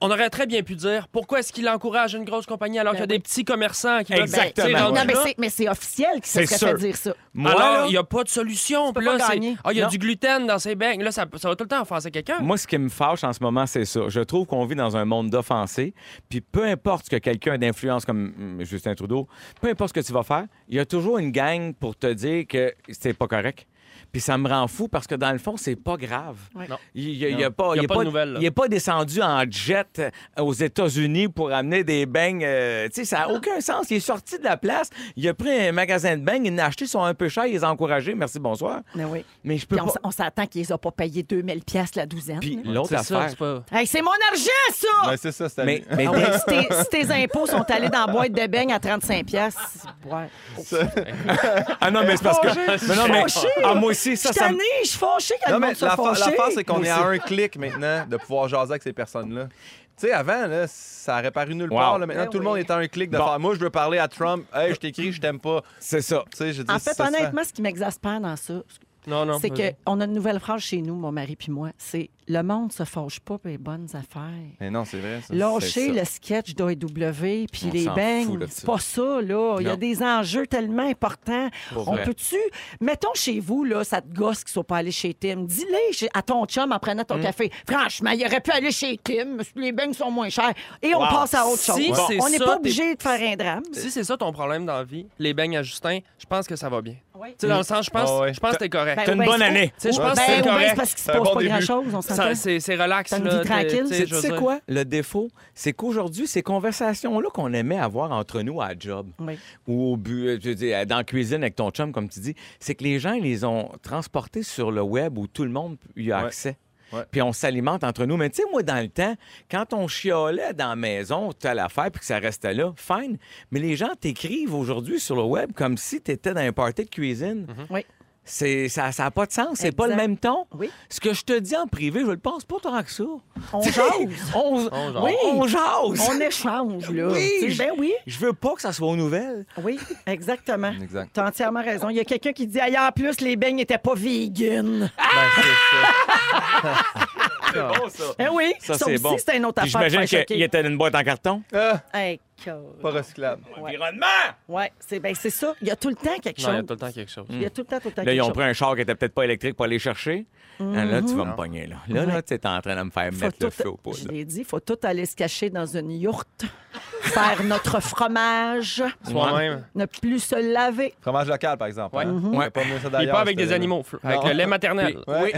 On aurait très bien pu dire pourquoi est-ce qu'il encourage une grosse compagnie alors Ben qu'il y a des oui. petits commerçants qui Exactement. Tu sais, rendu Ben, Non, mais là, c'est- mais c'est officiel qui se C'est serait sûr. fait dire ça. Moi, alors, là, il n'y a pas de solution. Puis peux là, pas c'est- gagner. Ah, il y a Non. du gluten dans ces beignes. Là, ça, ça va tout le temps offenser quelqu'un. Moi, ce qui me fâche en ce moment, c'est ça. Je trouve qu'on vit dans un monde d'offensés. Puis peu importe ce que quelqu'un d'influence comme mm, Justin Trudeau, peu importe ce que tu vas faire, il y a toujours une gang pour te dire que c'est pas correct. Puis ça me rend fou parce que dans le fond, c'est pas grave. Ouais. Non. Il n'y a, il y a Non. pas, Il y il a y pas de nouvelles, là. il y a pas descendu en jet euh, aux États-Unis pour amener des beignes. euh, tu sais, ça n'a aucun sens. Il est sorti de la place, il a pris un magasin de beignes, il en a acheté, ils sont un peu chers, il les a encouragés. Merci, bonsoir. Mais Ben oui. Mais je peux Puis on pas. s- on s'attend qu'ils les ont pas payé 2000 pièces la douzaine. Puis là. l'autre C'est ça, affaire. c'est pas... Hey, c'est mon argent, ça! Ouais, Ben, c'est ça, c'est à Mais, lui. mais Ah ouais, si, tes, si tes impôts sont allés dans la boîte de beignes à 35 pièces, Ah non, mais c'est parce que. Mais non, mais. Fâché. Ah, moi aussi, Je ça, suis ça. me- tannée, je suis fâchée quand Non, le mais monde se la fa- fâchait. l'affaire, c'est qu'on est à un clic maintenant de pouvoir jaser avec ces personnes-là. Tu sais, avant, là, ça aurait paru nulle Wow. part. là. Maintenant, Ben tout le oui. monde est à un clic de Bon. faire Moi, je veux parler à Trump. Hey, je t'écris, je t'aime pas. C'est ça. Tu sais, je dis, En fait, ça se fait. honnêtement, ce qui m'exaspère dans ça, Non, non. c'est vas-y. qu'on a une nouvelle phrase chez nous, mon mari puis moi. C'est le monde se fâche pas pour les bonnes affaires. Mais non, c'est vrai. Ça. Ben, Lâcher c'est ça. le sketch d'OEW puis On les s'en fout beignes, de c'est ça. pas ça, là. Il y a Non. des enjeux tellement importants. Pour On vrai. peut-tu... Mettons chez vous, là, ça te gosse qu'ils soient pas allés chez Tim. Dis-le chez- à ton chum en prenant Hmm. ton café. Franchement, il aurait pu aller chez Tim. Les beignes sont moins chers. Et on Wow. passe à autre Si chose. c'est on n'est ça, pas t'es- obligé de faire un drame. Si c'est ça ton problème dans la vie, les beignes à Justin, je pense que ça va bien. Oui. Tu sais, dans le sens, je pense, Ah ouais. je pense que t'es correct. Ben, T'as une ou ben, bonne c'est- année. ou- Tu sais, je ou ben, pense que c'est ou ben, correct. parce qu'il se C'est un passe bon pas début. grand-chose, on Ça, s'entend. c'est, c'est relax. T'as une là, vie t'es- tranquille. t'sais, C'est je tu veux sais dire. quoi? Le défaut, c'est qu'aujourd'hui, ces conversations-là qu'on aimait avoir entre nous à la job Oui. ou au bu, euh, je veux dire, dans la cuisine avec ton chum, comme tu dis, c'est que les gens, ils les ont transportés sur le web où tout le monde y a Ouais. accès. Ouais. Puis on s'alimente entre nous. Mais tu sais, moi, dans le temps, quand on chiolait dans la maison, telle affaire, puis que ça restait là, fine. Mais les gens t'écrivent aujourd'hui sur le web comme si tu étais dans un party de cuisine. Oui. C'est, ça n'a pas de sens. C'est pas le Exact. même ton. Oui. Ce que je te dis en privé, je le pense pas tant que ça. On T'sais, jase. On, On jase. on- on jase. On échange, là. Oui, Tu sais, je- Ben oui. Je veux pas que ça soit aux nouvelles. Oui, exactement. Exact. T'as entièrement raison. Il y a quelqu'un qui dit ailleurs en plus, les beignes n'étaient pas vegan. Ben, c'est ça. bon, ça. Eh oui, Ça, ça c'est aussi, bon. c'est une autre Puis affaire. de j'imagine faire qu'il choquer. était dans une boîte en carton. Ah, Hey, cool. pas recyclable. Environnement! Ouais, c'est ben, c'est ça. Il y a tout le temps quelque Non, il y a chose. tout le temps quelque chose. Il y a tout le temps, tout le temps Là, quelque ils ont chose. pris un char qui était peut-être pas électrique pour aller chercher. Ah, Là, tu vas me pogner, là. Là, là, tu es en train de me faire mettre le feu tout, aux poudres. je l'ai dit, faut tout aller se cacher dans une yourte, faire notre fromage, Soi-même. ne plus se laver. Fromage local, par exemple. Ouais. hein? Ouais. On fait Pas mieux ça Puis d'ailleurs. pas avec c'était- des animaux, Flo. avec Non. le lait maternel. Puis- Oui.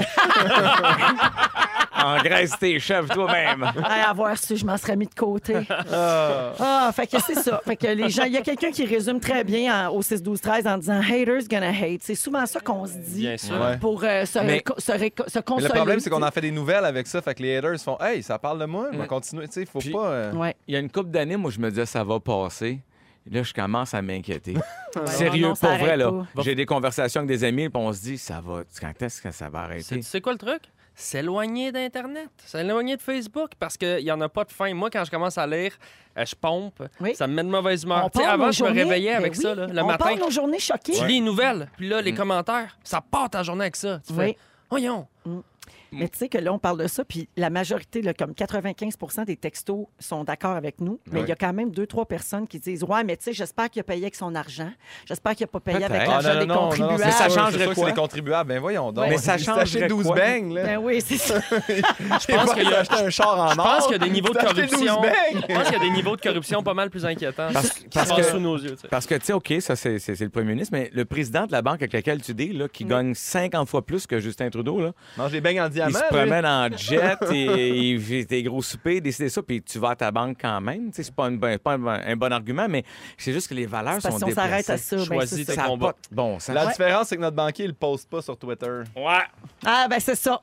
Engraisse tes chefs toi-même. Ah, à voir si je m'en serais mis de côté. Ah. Ah, fait que c'est ça. Fait que les gens, il y a quelqu'un qui résume très bien en- au 6 12 13 en disant haters gonna hate. C'est souvent ça qu'on se dit Bien sûr. Ouais. pour euh, se, Mais- réco- se, réco- se Mais consoler. le problème, c'est qu'on en fait des nouvelles avec ça. Fait que les haters font Hey, ça parle de moi, on va continuer. Tu sais, faut Puis- pas. euh, Ouais. Il y a une couple d'années, moi, je me disais, ça va passer. Là, je commence à m'inquiéter. Sérieux, Non, non, ça pour vrai, arrête là. pas. J'ai des conversations avec des amis, puis on se dit, ça va. Quand est-ce que ça va C'est- arrêter? Tu sais quoi le truc? S'éloigner d'Internet, s'éloigner de Facebook parce qu'il n'y en a pas de fin. Moi, quand je commence à lire, euh, je pompe, Oui. ça me met de mauvaise humeur. On Tu sais, part avant, nos je me journées- réveillais ben avec oui, ça là, le on matin. part nos journées choquées. Tu lis une nouvelle, puis là, les commentaires, ça part ta journée avec ça. Tu Oui. fais, voyons. Mais tu sais que là, on parle de ça, puis la majorité, là, comme 95 des textos sont d'accord avec nous, mais il y a quand même deux, trois personnes qui disent Ouais, mais tu sais, j'espère qu'il a payé avec son argent. J'espère qu'il n'a pas payé avec Peut-être. l'argent Ah, des contribuables. c'est Ça sûr, changerait c'est sûr que quoi? C'est les contribuables. Ben voyons donc. Mais ça changerait Sachez 12 quoi? beignes, là. Ben oui, c'est ça. Je pense qu'il y a- acheté un char en or. Je pense qu'il y a des niveaux de T'as acheté 12 corruption. beignes. Je pense qu'il y a des niveaux de corruption pas mal plus inquiétants. Parce- qui parce passent que- sous nos yeux. tu sais. Parce que, tu sais, OK, ça, c'est c'est- c'est le premier ministre, mais le président de la banque avec laquelle tu dis, là, qui gagne 50 fois plus que Justin Trudeau, là, Mange des beignes en diamant. il se lui. promène en jet, et il fait des gros soupers, décider ça, puis tu vas à ta banque quand même. Tu sais, C'est pas, une bonne- pas un, bon- un bon argument, mais c'est juste que les valeurs Parce sont qu'on s'arrête à déplacées. ça. ben, Choisis c'est tes ça. Ça a combats. pas de bon sens. La Ouais. différence, c'est que notre banquier, il le poste pas sur Twitter. Ouais. Ah, ben c'est ça.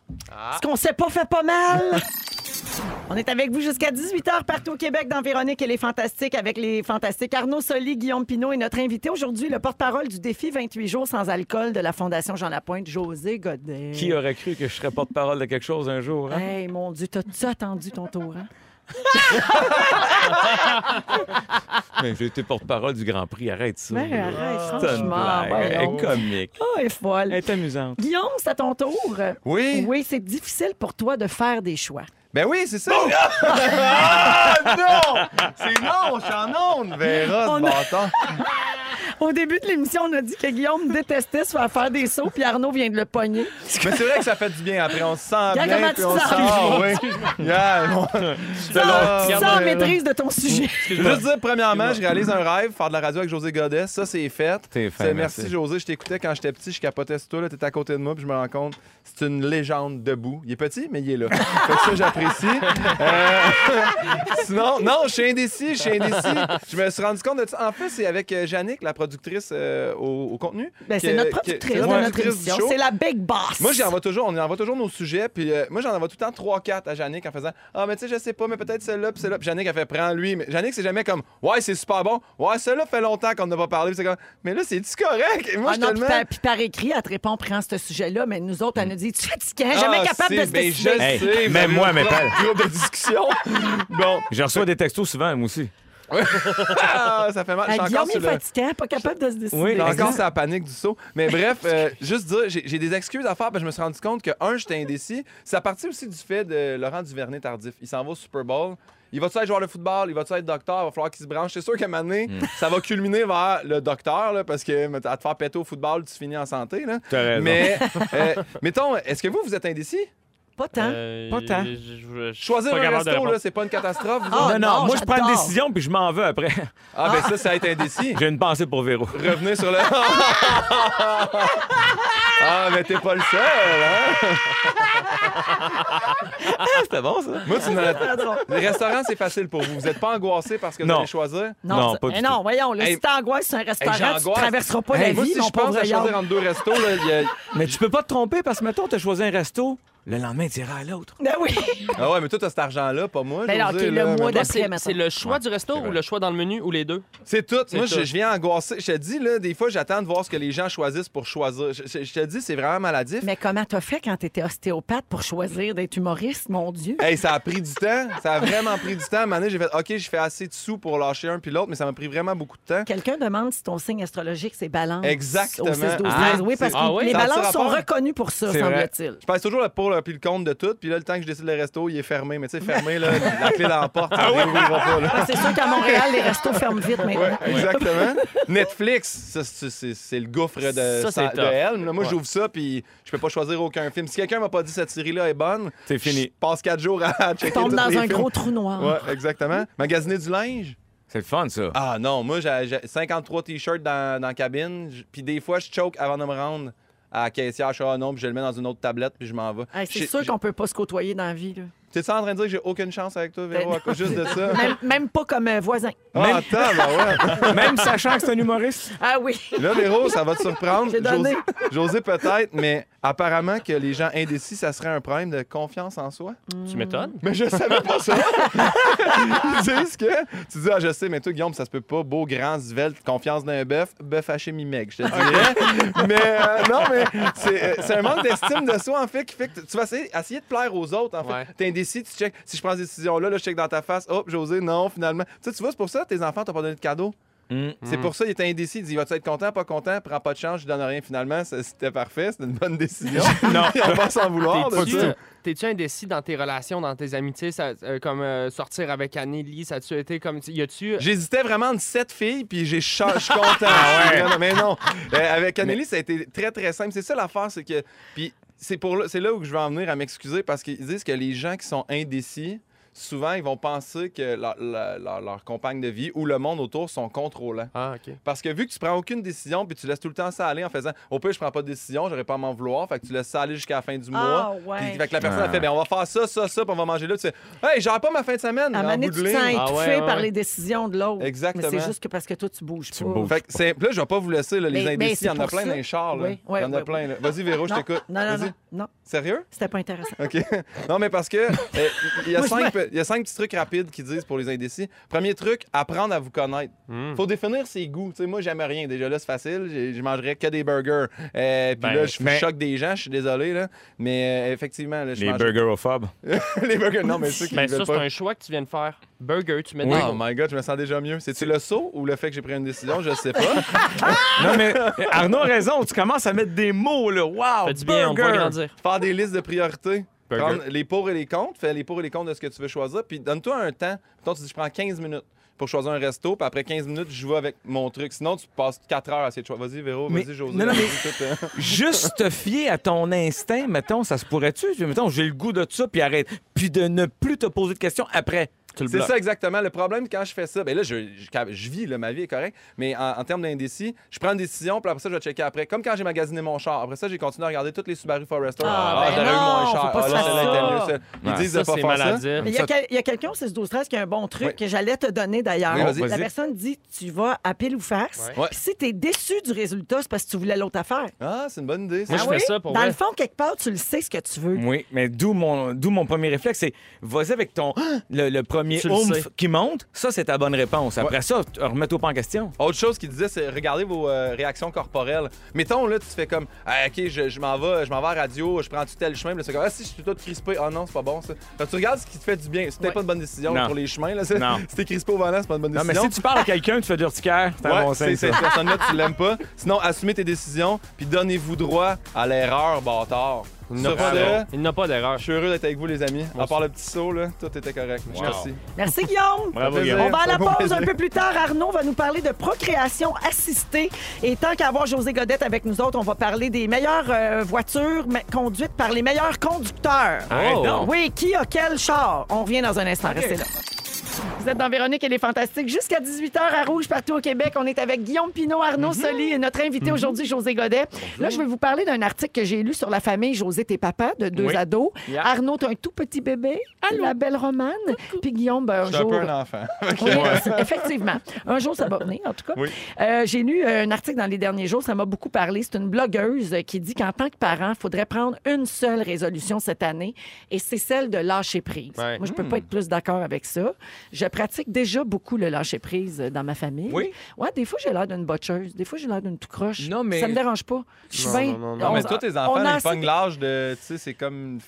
Ce qu'on sait pas fait pas mal. On est avec vous jusqu'à 18h partout au Québec dans Véronique et les Fantastiques avec les Fantastiques Arnaud Soli, Guillaume Pinot et notre invité aujourd'hui, le porte-parole du défi 28 jours sans alcool de la Fondation Jean Lapointe, José Godet. Qui aurait cru que je serais porte-parole de quelque chose un jour? hein? Hey, mon Dieu, t'as-tu attendu ton tour, hein? Mais J'ai été porte-parole du Grand Prix, arrête ça. Ben, arrête, C'est une franchement. blague. ben Elle non. est comique. Ah, elle est Elle folle. est amusante. Guillaume, c'est à ton tour. Oui. Oui, c'est difficile pour toi de faire des choix. Ben oui, c'est ça. ah non! C'est non, je suis en onde, Vera, On ce a- bâtard. Au début de l'émission, on a dit que Guillaume détestait se faire faire des sauts, puis Arnaud vient de le pogner. Mais c'est vrai que ça fait du bien. Après, on se sent Regarde comment bien, tu puis on te se sens. sent... Ah, oui. Yeah, bon. Tu Ah, sens Vera. en maîtrise de ton sujet. Je veux juste dire, premièrement, je réalise un rêve, faire de la radio avec José Godet. Ça, c'est fait. C'est fait, C'est- merci. merci, José. Je t'écoutais quand j'étais petit, je capotais sur toi. là. T'étais à côté de moi, puis je me rends compte, c'est une légende debout. Il est petit, mais il est là. fait que ça, j'apprécie. Euh, Sinon, non, je suis indécis, je suis indécis. Je me suis rendu compte de ça. En fait, c'est avec euh, Yannick, la productrice euh, au, au contenu. Ben, c'est que- notre que- productrice c'est de la notre productrice du émission. show. C'est la big boss. Moi, j'envoie toujours, on envoie toujours nos sujets, puis euh, moi, j'en envoie tout le temps 3-4 à Jannick en faisant Ah, mais tu sais, je sais pas, mais peut-être celle-là, puis celle-là. Puis Jannick, elle fait Prends lui. Mais Jannick, c'est jamais comme Ouais, c'est super bon. Ouais, celle-là fait longtemps qu'on n'a pas parlé. Puis c'est comme Mais là, c'est-tu correct? Et moi, Ah je non, te le puis, mets. par, puis par écrit, elle te répond, prends ce sujet-là, mais nous autres, elle nous dit, tu es fatiguant, Ah, jamais capable de c'est- se ben, décider. je Hey, sais, vous même avez moi, mais votre pas- propre groupe de discussion. bon, Je reçois des textos souvent, moi aussi. ah, ça fait mal. Je Ah, suis encore Guillaume sur est le- fatiguant, pas capable de se décider. Oui, Là encore, Exact. c'est la panique du saut. Mais bref, euh, juste dire, j'ai j'ai des excuses à faire parce que je me suis rendu compte que, un, j'étais indécis. Ça partit aussi du fait de Laurent Duvernay-Tardif. Il s'en va au Super Bowl. Il va-tu être joueur de football? Il va-tu être docteur? Il va falloir qu'il se branche. C'est sûr qu'à un moment donné, Hmm. ça va culminer vers le docteur, là, parce que mais, à te faire péter au football, tu finis en santé. Là. T'as raison. Mais, euh, mettons, est-ce que vous, vous êtes indécis? Pas tant. Euh, Pas tant. je- je- je- je suis Choisir pas un capable de resto, répondre. là, c'est pas une catastrophe. vous Ah, autres? non, non, non, moi, je prends une j'adore. décision, puis je m'en veux après. Ah, ben ça, ça a été indécis. J'ai une pensée pour Véro. Revenez sur le. ah, mais t'es pas le seul, hein? C'était bon, ça? Moi, tu me- Les restaurants, c'est facile pour vous. Vous n'êtes pas angoissé parce que vous Non. allez choisir. Non, Non, ça- pas du eh non, tout. voyons, là, Hey, si t'angoisses sur un restaurant, tu j'angoisse. traverseras pas Hey, la moi, vie, si mon je pense pauvre à Guillaume. choisir entre deux restos, là, il y a- Mais tu peux pas te tromper parce que, mettons, t'as choisi un resto, Le lendemain, il dira à l'autre. Ben oui. Ah ouais, mais toi, t'as cet argent-là, pas euh, moi. Ben Josée, non, OK, là, le mois mais- Moi, d'après, c'est mettons. c'est le choix du resto ou le choix dans le menu ou les deux? C'est tout. C'est Moi, tout. Je, je viens angoisser. Je te dis, là, des fois, j'attends de voir ce que les gens choisissent pour choisir. Je, je- je te dis, c'est vraiment maladif. Mais comment t'as fait quand t'étais ostéopathe pour choisir d'être humoriste, mon Dieu? Hey, ça a pris du temps. Ça a vraiment pris du temps. À un moment donné, j'ai fait OK, je fais assez de sous pour lâcher un puis l'autre, mais ça m'a pris vraiment beaucoup de temps. Quelqu'un demande si ton signe astrologique, c'est balance. Exactement. Au 6, 12, 13. Ah, oui, parce que c'est- Ah oui? les Ça a-tu balances sont rapport? reconnues pour ça, C'est vrai. semble-t-il. Je passe toujours le pour le, puis le compte de tout, puis là, le temps que je décide le resto, il est fermé. Mais tu sais, fermé, là, la clé dans la porte, ça réouvrira pas, là. Ah, c'est sûr qu'à Montréal, les restos ferment vite maintenant. Ouais, exactement. Netflix, ça, c'est- c'est c'est le gouffre de, Ça, c'est de tough. Helm. là. Moi, Ouais. j'ouvre ça, puis je peux pas choisir aucun film. Si quelqu'un m'a pas dit cette série-là est bonne, C'est fini. Je passe quatre jours à checker Tombe tous dans les un films. gros trou noir. Ouais, exactement. Magasiner du linge. C'est le fun, ça. Ah non, moi, j'ai j'ai 53 t-shirts dans, dans la cabine. j- Puis des fois, je choke avant de me rendre à la caissière. Je suis ah non, puis je le mets dans une autre tablette, puis je m'en vais. Hey, c'est J'ai- sûr j'ai- qu'on peut pas se côtoyer dans la vie. là. T'es-tu en train de dire que j'ai aucune chance avec toi, Véro, Ben à cause juste de ça? Même, même pas comme euh, voisin. Ah, attends, ben Ah, Même sachant que c'est un humoriste. Ah oui. ouais. Là, Véro, ça va te surprendre. J'ai donné. José, José peut-être, mais apparemment que les gens indécis, ça serait un problème de confiance en soi. Tu m'étonnes? Mais je savais pas ça. Ils disent que. Tu dis, ah, je sais, mais toi, Guillaume, ça se peut pas. Beau, grand, svelte, confiance d'un bœuf, bœuf haché mi-meg, je te Ah, dirais. mais euh, non, mais c'est euh, c'est un manque d'estime de soi, en fait, qui fait que tu- tu vas essayer, essayer de plaire aux autres, en fait. Ouais. T'es indécis, tu checkes. Si je prends cette décision-là, là, je check dans ta face. Hop, José, non, finalement. Tu sais, tu vois, c'est pour ça, tes enfants t'ont pas donné de cadeau. C'est pour ça, il était indécis. Il dit Vas-tu être content, pas content, prends pas de chance, je donne rien. Finalement, ça, c'était parfait, c'était une bonne décision. non, on va s'en vouloir. de T'es-tu- ça. euh, T'es-tu indécis dans tes relations, dans tes amitiés, ça, euh, comme euh, sortir avec Anneli, ça a-tu été comme... Y a-tu... J'hésitais vraiment entre sept filles, puis j'ai cha- je suis content. Vraiment, Mais non, Euh, avec Anneli, ça a été très, très simple. C'est ça l'affaire, c'est que... Puis c'est, pour là, c'est là où je vais en venir à m'excuser, parce qu'ils disent que les gens qui sont indécis, souvent, ils vont penser que leur, leur- leur- leur compagne de vie ou le monde autour sont contrôlants. Ah, OK. Parce que vu que tu prends aucune décision, puis tu laisses tout le temps ça aller en faisant « Au pire, je prends pas de décision, j'aurais pas à m'en vouloir. » Fait que tu laisses ça aller jusqu'à la fin du Ah, mois. ouais. Puis fait que la personne Ah. a fait « Ben, on va faire ça, ça, ça, puis on va manger là. » Tu fais « Hey, j'aurai pas ma fin de semaine! » À un en moment donné, bout tu te de ligne. sens étouffé Ah ouais, ouais, par ouais. les décisions de l'autre. Exactement. Mais c'est juste que parce que toi, tu bouges Tu pas. bouges. Fait que c'est- là, je vais pas vous laisser, là, les Mais- mais indécis. c'est Il y en a pour plein ça. dans les chars. là. Oui, oui, il y en a oui, plein. là. Vas-y, Véro, je Non, t'écoute. non, non, Vas-y. non, non. Sérieux? C'était pas intéressant. OK. Non, mais parce que euh, il y, a Moi, je cinq pe- il y a cinq petits trucs rapides qui disent pour les indécis. Premier truc, apprendre à vous connaître. Hmm. Faut définir ses goûts. Tu sais, moi, j'aime rien. Déjà là, c'est facile. J'ai- Je mangerais que des burgers. Euh, Puis Ben, là, je vous mais- choque des gens. Je suis désolé. Là. Mais euh, effectivement, là, je Les mange- burgerophobes. les burgers. Non, mais ceux qui ne Ben, ça, veulent c'est pas. un choix que tu viens de faire. Burger, tu mets des Oh my God, je me sens déjà mieux. C'est-tu le saut ou le fait que j'ai pris une décision? Je sais pas. Non, mais Arnaud a raison. Tu commences à mettre des mots, là. Wow! Fais du bien, on burger. va grandir. Faire des listes de priorités. Burger. Prendre les pour et les contre. Fais les pour et les contre de ce que tu veux choisir. Puis donne-toi un temps. Mettons, tu dis, je prends 15 minutes pour choisir un resto. Puis après 15 minutes, je vais avec mon truc. Sinon, tu passes 4 heures à essayer de choisir. Vas-y, Véro, Mais- vas-y, José. non, non, mais- vas-y, tout, hein. Juste te fier à ton instinct, mettons, ça se pourrait-tu? Mettons, j'ai le goût de ça, puis arrête. Puis de ne plus te poser de questions après. Tu le C'est bloques. ça exactement. Le problème, quand je fais ça, ben là, je, je, je vis, là, ma vie est correcte, mais en, en termes d'indécis, je prends une décision, puis après ça, je vais checker après. Comme quand j'ai magasiné mon char. Après ça, j'ai continué à regarder toutes les Subaru Forester. Ah, ben j'aurais eu non, moins faut pas cher. Ah, se là, faire celle-là était ça. mieux, celle- Ils Ouais. disent Ça, de pas c'est faire ça. maladif. Mais il y a, quel- il y a quelqu'un au 12-13 qui a un bon truc Oui. que j'allais te donner d'ailleurs. Oui, vas-y. la Vas-y. personne dit Tu vas à pile ou face. Ouais. Puis si tu es déçu du résultat, c'est parce que tu voulais l'autre affaire. Ah, c'est une bonne idée. ça. Moi, je fais ça pour Dans vrai. le fond, quelque part, tu le sais ce que tu veux. Oui, mais d'où mon, d'où mon premier réflexe, c'est vas-y avec ton le, le premier Tu le sais. oomph qui monte. Ça, c'est ta bonne réponse. Après ça, t- remets-toi pas en question. Autre chose qu'il disait, c'est regardez vos euh, réactions corporelles. Mettons, là, tu te fais comme, Ah, OK, je, je m'en vais, je m'en vais à la radio, je prends-tu tel chemin? Puis là, c'est comme, ah, si je suis tout crispé, ah non, c'est pas bon ça. Fait que tu regardes ce qui te fait du bien. C'est peut-être Ouais. pas une bonne décision Non. pour les chemins. Là, c'est- Non. Si t'es crispé au volant, c'est pas une bonne Non, mais décision. si tu parles à quelqu'un, tu fais de l'urticaire, c'est un Ouais, bon c'est signe, ça. cette personne-là, tu l'aimes pas. Sinon, assumez tes décisions, puis donnez-vous droit à l'erreur, bâtard. Sur ce, Il n'a pas d'erreur. je suis heureux d'être avec vous, les amis. À part le petit saut, là, tout était correct. Je te remercie. Merci, Guillaume. Ça fait plaisir. On va à la Ça fait pause un plaisir. peu plus tard. Arnaud va nous parler de procréation assistée. Et tant qu'à avoir José Godette avec nous autres, on va parler des meilleures euh, voitures mais conduites par les meilleurs conducteurs. Ah, Oh. Arrête donc. Oui, qui a quel char? On revient dans un instant. Restez là. Vous êtes dans Véronique et les Fantastiques jusqu'à 18h à Rouge, partout au Québec. On est avec Guillaume Pinot, Mhm. Arnaud Soli et notre invité aujourd'hui, José Godet. Là, je vais vous parler d'un article que j'ai lu sur la famille José, tes papas, de deux Oui. ados. Yeah. Arnaud, t'as un tout petit bébé, la belle Romane, puis Guillaume, ben, un Je suis un jour, peu un enfant. oui, effectivement. Un jour, ça va venir, en tout cas. Oui. Euh, J'ai lu un article dans les derniers jours, ça m'a beaucoup parlé. C'est une blogueuse euh, qui dit qu'en tant que parent, il faudrait prendre une seule résolution cette année, et c'est celle de lâcher prise. Ouais. Moi, je peux pas être plus d'accord avec ça. Je pratique déjà beaucoup le lâcher prise euh, dans ma famille. Oui? Ouais, des fois, j'ai l'air d'une botcheuse, des fois, j'ai l'air d'une tout croche. Non, mais- Ça me dérange pas. Je suis Non, bien. non, non, non. Non, on- mais tous tes on enfants, a ils assez- pognent l'âge de. Tu sais, c'est comme f- f-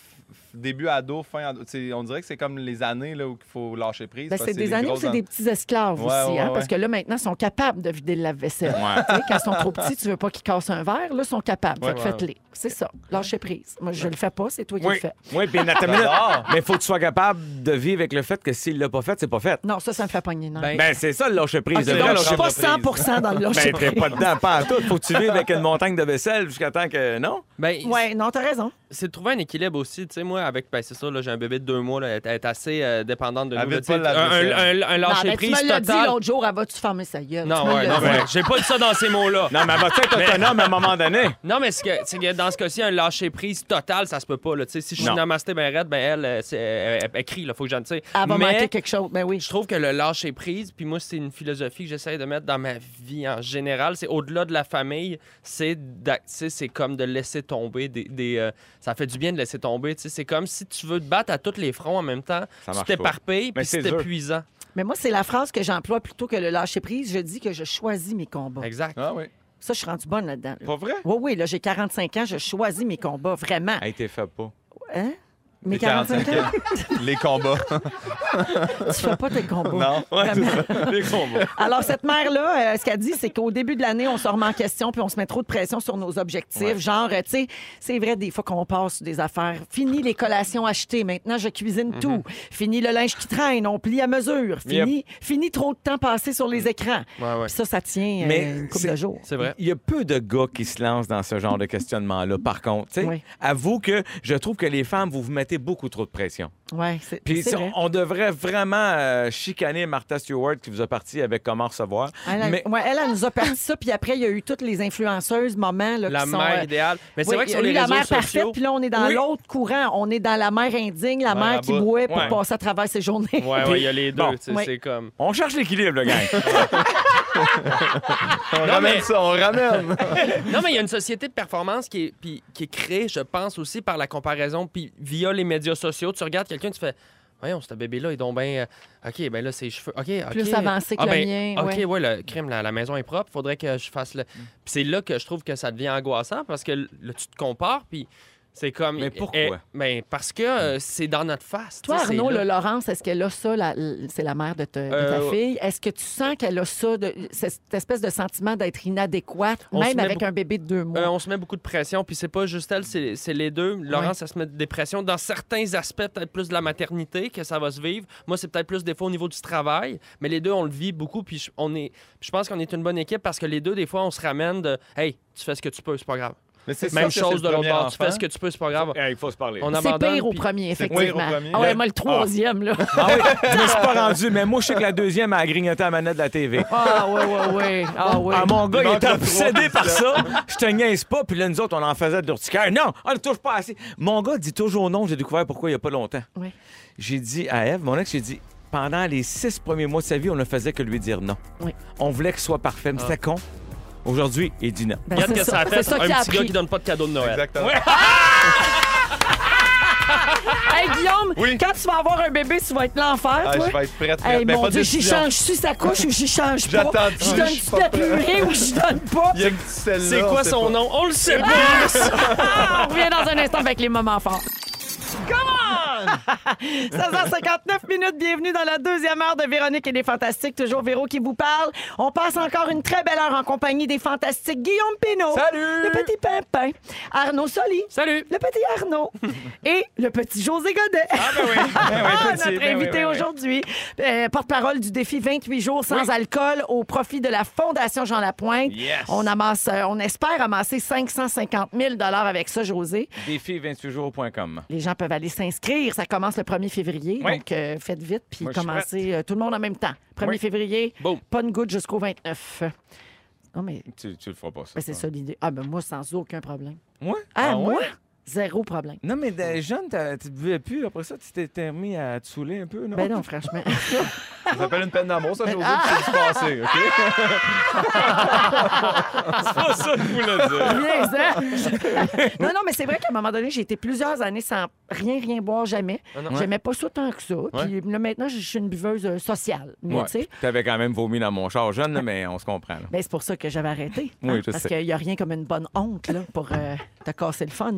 début ado, fin ado. Tu sais, on dirait que c'est comme les années là, où il faut lâcher prise. Ben, parce c'est que des les années où grosses c'est des en- petits esclaves Ouais, aussi, ouais, hein, ouais. parce que là, maintenant, ils sont capables de vider le lave-vaisselle. Tu sais, Quand ils sont trop petits, tu veux pas qu'ils cassent un verre, là, ils sont capables. Fait que Ouais, ouais. faites-les. C'est ça. Lâchez prise. Moi, je le fais pas, c'est toi qui le Oui, fais. oui, puis attends une minute. J'adore. Mais faut que tu sois capable de vivre avec le fait que s'il l'a pas fait, c'est pas fait. Non, ça, ça me fait pogner. Non. Ah, Ben, Ben, c'est ça le lâcher prise. Ok, Le donc, vrai je suis lâcher pas lâcher prise. 100 dans le lâcher Ben, t'es prise. pas dedans, pas en tout. Faut que tu vives avec une montagne de vaisselle jusqu'à temps que. Non? Ben, Ouais, non, t'as raison. c'est de trouver un équilibre aussi. Tu sais, moi, avec, ben, c'est ça, là, j'ai un bébé de deux mois, là, elle est- elle est assez euh, dépendante de nous. Avec là, tu sais, pas la un, un, un- un Non, lâcher ben, tu prise me l'as dit total. l'autre jour, elle va-tu fermer sa gueule? Tu non, me ouais, l'as non, dit. ouais. j'ai pas dit ça dans ces mots-là. Non, mais elle va être autonome à un moment donné. Non, mais c'est que, c'est que dans ce cas-ci, un lâcher-prise total, ça se peut pas. Là. Tu sais, Si je suis Non. namasté ben raide, ben elle, euh, c'est- elle, elle- elle crie, là, faut que j'en tu sais. Elle va Mais manquer quelque chose. Ben oui. Je trouve que le lâcher-prise, puis moi, c'est une philosophie que j'essaie de mettre dans ma vie en général. C'est au-delà de la famille, c'est d'ac- tu sais, c'est comme de laisser tomber des... des, euh, ça fait du bien de laisser tomber. tu sais. C'est comme si tu veux te battre à tous les fronts en même temps. Ça tu marche pas. t'éparpilles, Mais puis c'est c'est dur. épuisant. Mais moi, c'est la phrase que j'emploie plutôt que le lâcher prise. Je dis que je choisis mes combats. Exact. Ah oui. Ça, je suis rendue bonne là-dedans. là. Pas vrai? Oui, oui, là, j'ai 45 ans, je choisis mes combats, vraiment. Hey, t'es fait pas. Hein? Mes Les 45 ans, Les combats. tu fais pas tes combats. non. Les combats. Alors, cette mère-là, euh, ce qu'elle dit, c'est qu'au début de l'année, on se remet en question puis on se met trop de pression sur nos objectifs. Genre, euh, tu sais, c'est vrai, des fois qu'on passe sur des affaires. Fini les collations achetées. Maintenant, je cuisine tout. Fini le linge qui traîne. On plie à mesure. Fini, fini trop de temps passé sur les écrans. Ouais, ouais. Puis ça, ça tient euh, Mais une couple c'est- de jours. C'est vrai. Il y a peu de gars qui se lancent dans ce genre de questionnement-là. Par contre, tu sais, Oui. avoue que je trouve que les femmes, vous vous mettez beaucoup trop de pression. Oui, c'est Puis c'est si- vrai. on devrait vraiment euh, chicaner Martha Stewart qui vous a parti avec comment recevoir. Elle, elle- Mais ouais, elle, elle nous a parti ça, puis après, il y a eu toutes les influenceuses, moments là, La qui sont... mère euh, idéale. Mais c'est Oui, vrai que il y sur a eu les la réseaux mère sociaux... parfaite, puis là, on est dans Oui. l'autre courant. On est dans la mère indigne, la Ouais, mère à qui bout. bouait pour Ouais. passer à travers ses journées. Ouais, ouais, il y a les deux. Bon. tu sais, Oui. C'est comme... on cherche l'équilibre, le gars. On Non, ramène mais- ça, on ramène. Non, mais il y a une société de performance qui est, puis qui est créée, je pense, aussi par la comparaison, puis via les médias sociaux. Tu regardes quelqu'un, tu fais. Voyons, ce bébé-là, il donc bien. euh, OK, ben là, ses cheveux. OK, OK. Plus avancé que Ah, le mien, ben, OK, ouais. ouais, le crime, la, la maison est propre. Faudrait que je fasse Mm. le. Puis c'est là que je trouve que ça devient angoissant parce que là, tu te compares, puis c'est comme. Mais pourquoi? Eh, ben, parce que euh, c'est dans notre face. Toi, tu sais, c'est Arnaud, là. le Laurence, est-ce qu'elle a ça, la- l- c'est la mère de, te- de ta Euh, fille? Est-ce que tu sens qu'elle a ça, de, cette espèce de sentiment d'être inadéquate, On se même met avec beau- un bébé de deux mois? Euh, on se met beaucoup de pression, puis c'est pas juste elle, c'est c'est les deux. Laurence, ça se met des pressions dans certains aspects, peut-être plus de la maternité que ça va se vivre. Moi, c'est peut-être plus des fois au niveau du travail, mais les deux, on le vit beaucoup, puis je- on est, je pense qu'on est une bonne équipe parce que les deux, des fois, on se ramène de Hey, tu fais ce que tu peux, c'est pas grave. Mais c'est Même sûr que c'est chose de le l'autre premier bord, tu enfant. fais ce que tu peux, c'est pas grave. Il faut se parler. On c'est abandonne. pire au puis- premier, c'est effectivement. pire au premier. Ah ouais, Mais- moi, le troisième, là. Ah oui, je me suis pas rendu, mais moi, je sais que la deuxième a grignoté à la manette de la TV. Ah ouais, ouais, ouais. Ah ouais. Ah, mon gars, Il il manque était le obsédé trois, par c'est ça. Je te niaise pas, puis là, nous autres, on en faisait de l'urticaire. Non, on ne touche pas assez. Mon gars dit toujours non, j'ai découvert pourquoi il n'y a pas longtemps. Ouais. J'ai dit à Eve, mon ex, j'ai dit, pendant les six premiers mois de sa vie, on ne faisait que lui dire non. Oui. On voulait qu'il soit parfait, mais c'était con. Aujourd'hui, il dit non. Ah. Ben, Regarde c'est que ça a fait c'est ça un qu'il a petit gars appris. qui donne pas de cadeau de Noël. Exactement. Hey, Guillaume, Oui. quand tu vas avoir un bébé, tu vas être l'enfer, Ah, toi. je vais être prête. Hey, prête. Mais mon pas Dieu, de j'y décision. change tu sa couche ou j'y change pas? J'attends Je tout, donne je suis tu de la pas prêt. purée ou je donne pas? Il y a que celle-là, C'est on quoi sait son pas. nom? On le sait pas! Ah, on revient dans un instant avec les moments forts. Come on! 16h59 minutes, bienvenue dans la deuxième heure de Véronique et les Fantastiques. Toujours Véro qui vous parle. On passe encore une très belle heure en compagnie des Fantastiques Guillaume Pinault. Salut! Le petit Pimpin. Arnaud Soli. Salut! Le petit Arnaud. et le petit José Godet. Ah, Ben oui, ben oui, petit, notre ben oui, invité ben oui. aujourd'hui, euh, porte-parole du défi 28 jours sans alcool au profit de la Fondation Jean Lapointe. Yes. On, amasse, euh, on espère amasser 550 000 avec ça, José. Défi28jours.com. Les gens peuvent aller s'inscrire rire, ça commence le 1er février. Oui. Donc, euh, faites vite, puis Moi, je suis commencez euh, tout le monde en même temps. 1er Oui. février, Boum. pas une goutte jusqu'au 29. Non, mais, Tu, tu le feras pas, ça. mais c'est ça l'idée. Ah, ben moi, sans aucun problème. Ouais. Ah, Ah ouais? moi, zéro problème. Non, mais de- jeune, t'as- tu ne buvais plus. Après ça, tu t'es- t'es remis à te saouler un peu, non? Ben non, Ben, ah! franchement. Ça s'appelle une peine d'amour, ça, José, puis c'est du passé, OK? c'est pas ça que je voulais dire. Bien, ça. non, non, mais c'est vrai qu'à un moment donné, j'ai été plusieurs années sans rien, rien boire jamais. Ah non. J'aimais pas ça tant que ça. Puis là, maintenant, je suis une buveuse euh, sociale. Mais tu sais, Tu avais quand même vomi dans mon char jeune, là, mais on se comprend. là. ben, c'est pour ça que j'avais arrêté. Oui, je parce sais. qu'il n'y a rien comme une bonne honte là, pour euh, te casser le fun.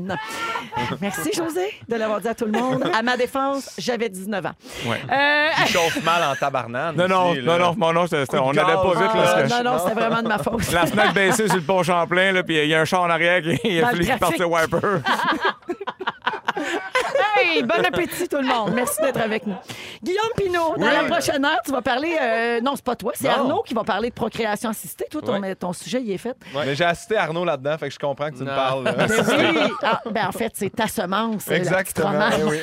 Merci, José, de l'avoir dit à tout le monde. À ma défense, j'avais 19 ans. Ouais. Euh, Il chauffe mal en tabarnane. Non, non, aussi, non, là. non, non, non, c'était- on de n'allait pas gaz, vite. Là, ah, parce que Euh, non, non, c'était vraiment de ma faute. La fenêtre baissée sur le pont Champlain, là, puis il y a un char en arrière qui il a Dans fallu le qu'il parte le trafic. wiper. Hey, bon appétit tout le monde. Merci d'être avec nous. Guillaume Pinot, dans la prochaine heure, tu vas parler. euh, non, c'est pas toi, c'est Non. Arnaud qui va parler de procréation assistée. Toi, ton, Ouais. ton sujet, il est fait. Mais j'ai assisté Arnaud là-dedans, fait que je comprends que tu me Non. parles. là. Ben oui. Ah, ben en fait, c'est ta semence. euh, la petite Exactement. romance. eh oui.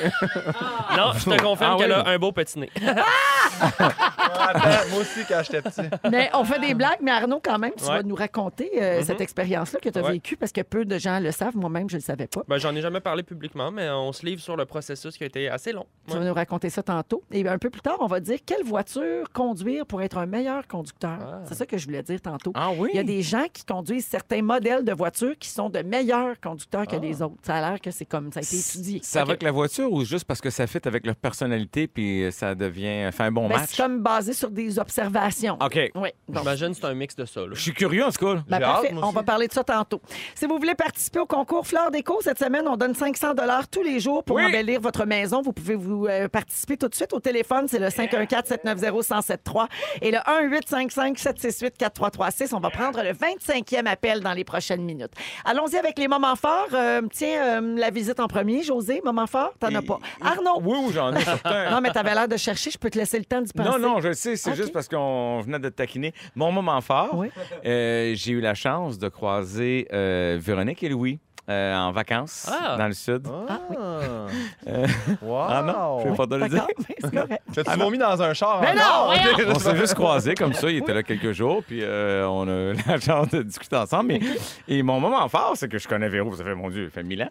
Non, je te confirme Ah qu'elle oui. a un beau petit nez. Ah, Attends, moi aussi, quand j'étais petit. Mais on fait des blagues, mais Arnaud, quand même, tu Ouais. vas nous raconter euh, cette expérience-là que tu as Ouais. vécue parce que peu de gens le savent. Moi-même, je ne le savais pas. Ben, j'en ai jamais parlé publiquement, mais on se livre sur le processus qui a été assez long. Tu vas nous raconter ça tantôt. Et un peu plus tard, on va dire quelle voiture conduire pour être un meilleur conducteur. Ah. C'est ça que je voulais dire tantôt. Ah oui? Il y a des gens qui conduisent certains modèles de voitures qui sont de meilleurs conducteurs que les autres. Ça a l'air que c'est comme ça a été étudié. Ah. Ça Ok. va avec la voiture ou juste parce que ça fit avec leur personnalité puis euh, ça devient fait un bon Ben, match? c'est comme basé sur des observations. OK. Oui. Donc, J'imagine que c'est un mix de ça. là. Je suis curieux, en tout cas. là. Ben, J'ai hâte, parfait. moi On aussi. va parler de ça tantôt. Si vous voulez participer au concours Fleur Déco cette semaine, on donne 500 dollars tous les jours pour Oui. embellir votre maison. Vous pouvez vous euh, participer tout de suite au téléphone. C'est le 514-790-1073 et le 1-855-768-4336. On va prendre le 25e appel dans les prochaines minutes. Allons-y avec les moments forts. Euh, tiens, euh, la visite en premier, José. Moment fort? T'en as pas. Arnaud? Oui, oui, j'en ai certain. Non, mais t'avais l'air de chercher. Je peux te laisser le temps d'y penser. Non, non, je le sais, c'est Ok. juste parce qu'on venait de te taquiner. Mon moment fort, Oui. euh, j'ai eu la chance de croiser euh, Véronique et Louis euh, en vacances Ah. dans le sud. Ah, Euh, wow. ah non, je vais pas te le dire. D'accord, mais c'est correct. T'as-tu vomi dans un char? Mais hein? non, voyons! ok, On s'est juste croisés comme ça, il était là quelques jours, puis euh, on a eu la chance de discuter ensemble. mais- et mon moment fort, c'est que je connais Véro, ça fait, mon Dieu, ça fait mille ans.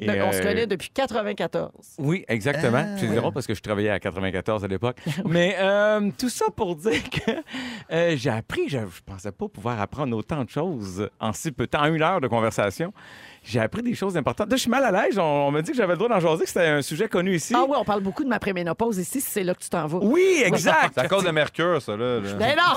Et, Ben, on se euh, connaît depuis 94. Oui, exactement. Ah, C'est drôle parce que je travaillais à 94 à l'époque. Mais euh, tout ça pour dire que euh, j'ai appris, je, je pensais pas pouvoir apprendre autant de choses en si peu de temps, en une heure de conversation. J'ai appris des choses importantes. Là, je suis mal à l'aise. On, on me dit que j'avais le droit d'en jaser, que c'était un sujet connu ici. Ah oui, on parle beaucoup de ma préménopause ici, si c'est là que tu t'en vas. Oui, exact. C'est à cause de Mercure, ça, là. là. Mais non!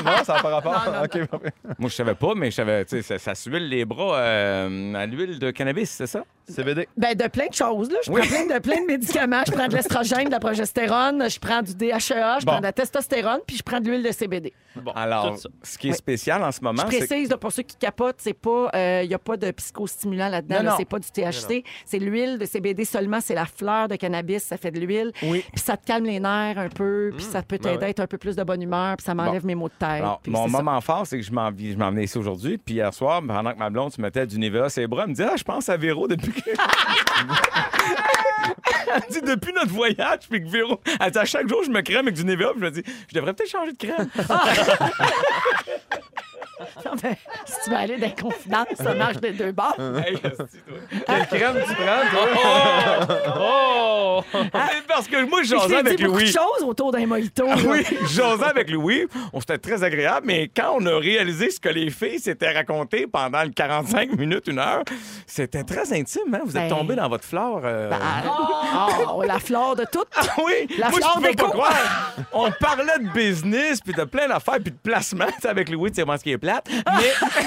non, ça n'a pas rapport. OK, parfait. Moi, je savais pas, mais je savais, tu sais, ça, ça s'huile les bras euh, à l'huile de cannabis, c'est ça? CBD. Ben, de plein de choses, là. Je prends plein, de, plein de médicaments. Je prends de l'estrogène, de la progestérone, je prends du DHEA, je Bon. prends de la testostérone, puis je prends de l'huile de CBD. Bon, Alors, tout ça. ce qui est Oui. spécial en ce moment, Je c'est que précise, là, pour ceux qui capotent, c'est pas, il n'y a pas de psychostimulant là-dedans, Non, là, non. c'est pas du THC, c'est l'huile de CBD seulement, c'est la fleur de cannabis, ça fait de l'huile, Oui. Mmh. Ben puis ça te calme les nerves un peu, puis ça peut t'aider à être un peu plus de bonne humeur, puis ça m'enlève mes maux de tête. Alors, puis mon c'est ça. moment fort, c'est que je m'en vi- je m'en venais ici aujourd'hui. Puis hier soir, pendant que ma blonde se mettait du Nivea ses bras, elle me dit Ah, je pense à Véro depuis que. elle dit Depuis notre voyage, puis que Véro. Elle dit À chaque jour, je me crème avec du Nivea, puis je me dis Je devrais peut-être changer de crème. Non, mais si tu veux aller dans les confidences, ça marche des deux bords. Hey, esti, toi. Quelle crème tu prends, toi? Oh! C'est parce que moi, je Je jasais t'ai avec dit beaucoup de Louis. Ah choses autour d'un mojito. là. Oui, jasais avec Louis, on s'était très agréable, mais quand on a réalisé ce que les filles s'étaient racontées pendant le 45 minutes, une heure, c'était très intime, hein? Vous êtes Ben- tombé dans votre fleur. euh, Ah, oh, la fleur de toutes. Ah oui! La Moi, fleur je peux d'écho. pas croire. On parlait de business, puis de plein d'affaires, puis de placement. Tu sais, avec Louis, tu sais, moi, ce qui est plate. Mais...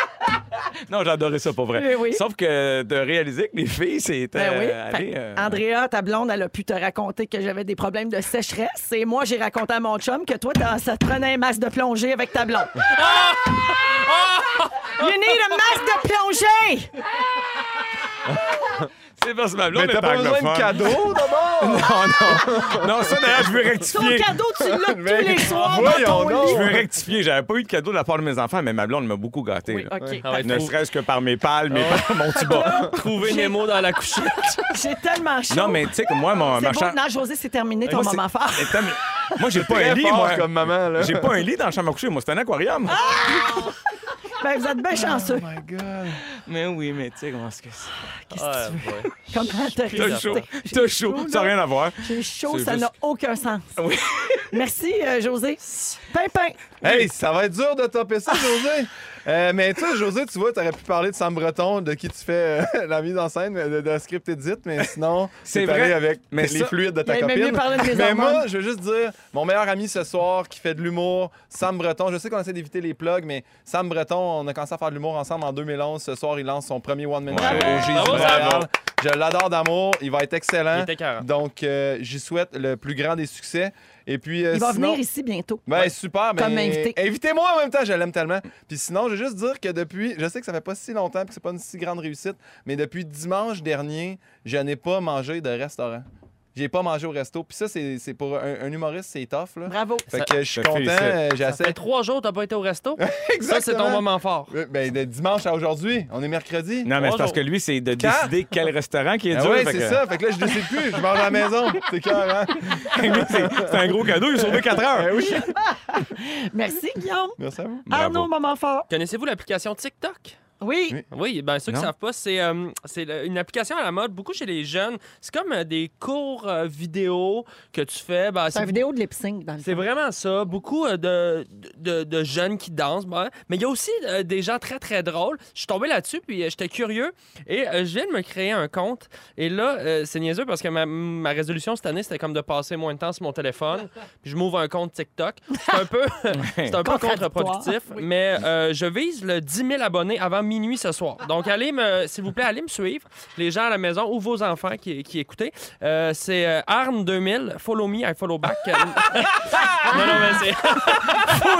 non, j'adorais ça, pour vrai. Oui, oui. Sauf que de réaliser que les filles, c'était... Ben oui. euh, allez, Fait- euh, Andrea, ta blonde, elle a pu te raconter que j'avais des problèmes de sécheresse. Et moi, j'ai raconté à mon chum que toi, t'as- ça te prenait un masque de plongée avec ta blonde. you need a masque de plongée! C'est parce que ma blonde Mais est t'as pas besoin de anglophone. cadeau d'abord? Non, non. Non, ça, d'ailleurs, je veux Ton rectifier. cadeau, tu l'as tous Ben, Mais- les soirs dans Voyons ton donc. lit. Je veux rectifier. J'avais pas eu de cadeau de la part de mes enfants, mais ma blonde m'a beaucoup gâté. Oui, là. OK. Ah ouais, Ne trou- serait-ce que par mes pales, Oh. mes par mon petit bas. trouver Nemo dans la couchette. J'ai tellement chaud. Non, mais tu sais que moi, mon C'est ma bon, chambre- non, José, c'est terminé ton Moi, c'est- moment fort. Attends, mais- Moi, j'ai pas un Très lit, fort moi. comme maman, là. J'ai pas un lit dans la chambre à coucher. Moi, c'est un aquarium. Ah! Ben, vous êtes Ah, bien chanceux. Mais oui, mais tu sais comment c'est que c'est. Ah, ouais. Comment t'as T'as chaud. réussi? T'as chaud. Ça n'a rien à voir. J'ai chaud, C'est ça juste- n'a aucun sens. Ah Oui. Merci, euh, José. Pimpin. Hey, ça va être dur de topper ça, José. Euh, mais tu sais, José, tu vois, t'aurais pu parler de Sam Breton, de qui tu fais euh, la mise en scène, mais de, de script edit, mais sinon, C'est t'es vrai. allé avec Mais les ça- fluides de ta Il aimait copine. mieux parler de mes mais moi, hormones. je veux juste dire, mon meilleur ami ce soir qui fait de l'humour, Sam Breton. Je sais qu'on essaie d'éviter les plugs, mais Sam Breton, on a commencé à faire de l'humour ensemble en 2011. Ce soir, il lance son premier One Man Show Bravo. au Jésus Bravo, Montréal. Sam. Je l'adore d'amour. Il va être Il excellent. était écœurant. Donc, euh, j'y souhaite le plus grand des succès. Et puis, euh, Il va sinon- venir ici bientôt. ben, super, mais. Comme invité. Invitez-moi en même temps, je l'aime tellement. Puis sinon, je veux juste dire que depuis. Je sais que ça fait pas si longtemps puis que c'est pas une si grande réussite, mais depuis dimanche dernier, je n'ai pas mangé de restaurant. J'ai pas mangé au resto. Puis ça, c'est c'est pour un, un humoriste, c'est tough, là. Bravo. Fait que je suis Ça fait content, ici. euh, j'ai Ça fait assez. trois jours que t'as pas été au resto. Ça, c'est ton Exactement. moment fort. Euh, Ben, de dimanche à aujourd'hui, on est mercredi. Non, mais c'est Bonjour. parce que lui, c'est de Quand? décider quel restaurant qui est Ah dur. ouais, fait c'est que- ça. Fait que là, je décide plus. Je mange à la maison. C'est clair, hein? Lui, c'est c'est un gros cadeau. Il a sauvé 4 heures. Ben oui. Merci, Guillaume. Merci à vous. Bravo. Arnaud, moment fort. Connaissez-vous l'application TikTok? Oui. Oui. Oui, ben ceux qui Non. ne savent pas, c'est euh, c'est le- une application à la mode, beaucoup chez les jeunes. C'est comme euh, des cours euh, vidéo que tu fais. Ben, C'est c'est une vidéo de lip sync dans le c'est vraiment ça. Beaucoup euh, de, de, de jeunes qui dansent. ben, mais il y a aussi euh, des gens très, très drôles. Je suis tombé là-dessus, puis euh, j'étais curieux. Et euh, je viens de me créer un compte. Et là, euh, c'est niaiseux parce que ma, ma résolution cette année, c'était comme de passer moins de temps sur mon téléphone. Puis je m'ouvre un compte TikTok. C'est un peu, c'est un peu Contradictoire. contre-productif, Oui. mais euh, je vise le 10 000 abonnés avant minuit ce soir. Donc, allez me, s'il vous plaît, allez me suivre. Les gens à la maison ou vos enfants qui, qui écoutez. Euh, c'est euh, Arne 2000, follow me, I follow back. non, non, mais c'est.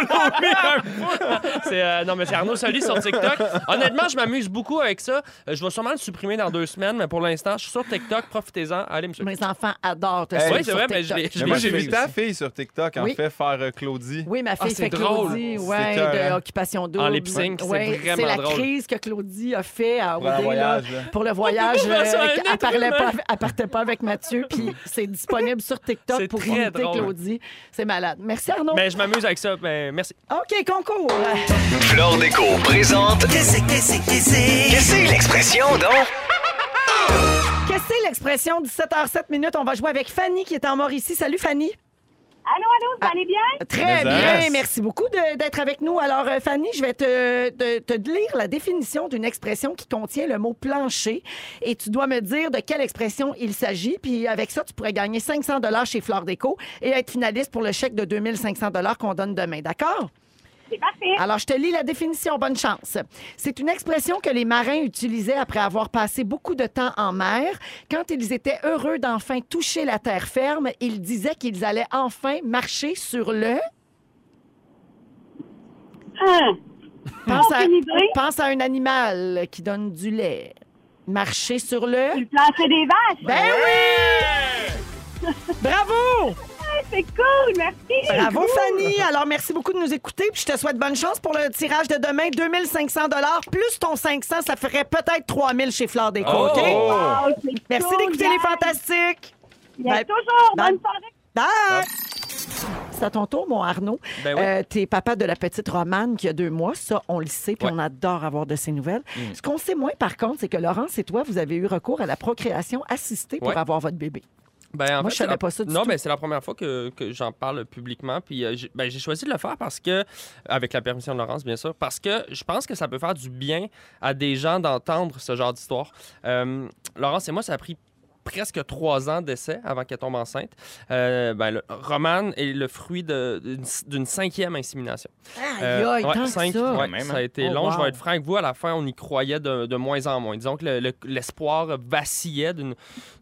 C'est, euh, non, mais c'est Arnaud Soli sur TikTok. Honnêtement, je m'amuse beaucoup avec ça. Euh, je vais sûrement le supprimer dans deux semaines, mais pour l'instant, je suis sur TikTok. Profitez-en. Allez me suivre. Mes enfants adorent te Hey, suivre ouais, Eh, c'est sur vrai, mais je TikTok. l'ai- je Mais l'ai moi, j'ai fait vu aussi. ta fille sur TikTok, en Oui. fait, faire euh, Claudie. Oui, ma fille, Ah, c'est c'est drôle. Claudie, C'est ouais, écœurant. de Occupation Double. En lip sync, c'est Ouais, vraiment C'est la drôle. crise que Claudie a fait à Pour un OD, là, voyage, là. pour le voyage. faire ça à euh, un Elle être parlait pas, humain. elle partait pas avec Mathieu, puis c'est disponible sur TikTok C'est pour très imiter drôle. Ben, Claudie. C'est malade. Merci Arnaud. Mais je m'amuse avec ça. Mais merci. OK, concours. Flore Déco présente. Qu'est-ce que c'est? Qu'est-ce que c'est l'expression, donc? Qu'est-ce que c'est l'expression 17h07 minutes? On va jouer avec Fanny qui est en Mauricie. Salut Fanny. Ah, Allô, allô, vous allez bien? Très Mais bien, yes. merci beaucoup de- d'être avec nous. Alors, euh, Fanny, je vais te, te- te lire la définition d'une expression qui contient le mot plancher et tu dois me dire de quelle expression il s'agit. Puis avec ça, tu pourrais gagner 500 dollars chez Fleur Déco et être finaliste pour le chèque de 2500 dollars qu'on donne demain, d'accord? C'est parfait. Alors, je te lis la définition. Bonne chance. C'est une expression que les marins utilisaient après avoir passé beaucoup de temps en mer. Quand ils étaient heureux d'enfin toucher la terre ferme, ils disaient qu'ils allaient enfin marcher sur le... Hum, Pense à, Aucune idée. pense à un animal qui donne du lait. Marcher sur le le. plancher des vaches. Ben oui! Bravo! Ouais, c'est cool, merci. Bravo, Fanny! Alors, merci beaucoup de nous écouter. Puis je te souhaite bonne chance pour le tirage de demain. 2500 plus ton 500, ça ferait peut-être 3000 chez Fleur Déco, Oh! OK? Wow, c'est Merci cool, d'écouter gang. les fantastiques! Bien Bye. toujours. Bye. Bonne soirée. Bye! C'est à ton tour, mon Arnaud. Ben oui. Euh, T'es papa de la petite Romane qui a deux mois. Ça, on le sait, puis Ouais. on adore avoir de ses nouvelles. Ce qu'on sait moins, par contre, c'est que Laurence et toi, vous avez eu recours à la procréation assistée pour Ouais. avoir votre bébé. Ben, en Moi, je c'est savais la- pas ça du Non, tout. mais c'est la première fois que, que j'en parle publiquement. Puis euh, j'ai ben, j'ai choisi de le faire parce que, avec la permission de Laurence, bien sûr, parce que je pense que ça peut faire du bien à des gens d'entendre ce genre d'histoire. Euh, Laurence et moi, ça a pris presque trois ans d'essai avant qu'elle tombe enceinte. Euh, ben, le roman est le fruit de- d'une d'une cinquième insémination. Aïe, Euh, aïe, ouais, tant que cinq- ça. ouais, Même, ça a été Oh, long. Je wow. vais être franc avec vous. À la fin, on y croyait de, de moins en moins. Disons que le- le- l'espoir vacillait d'une-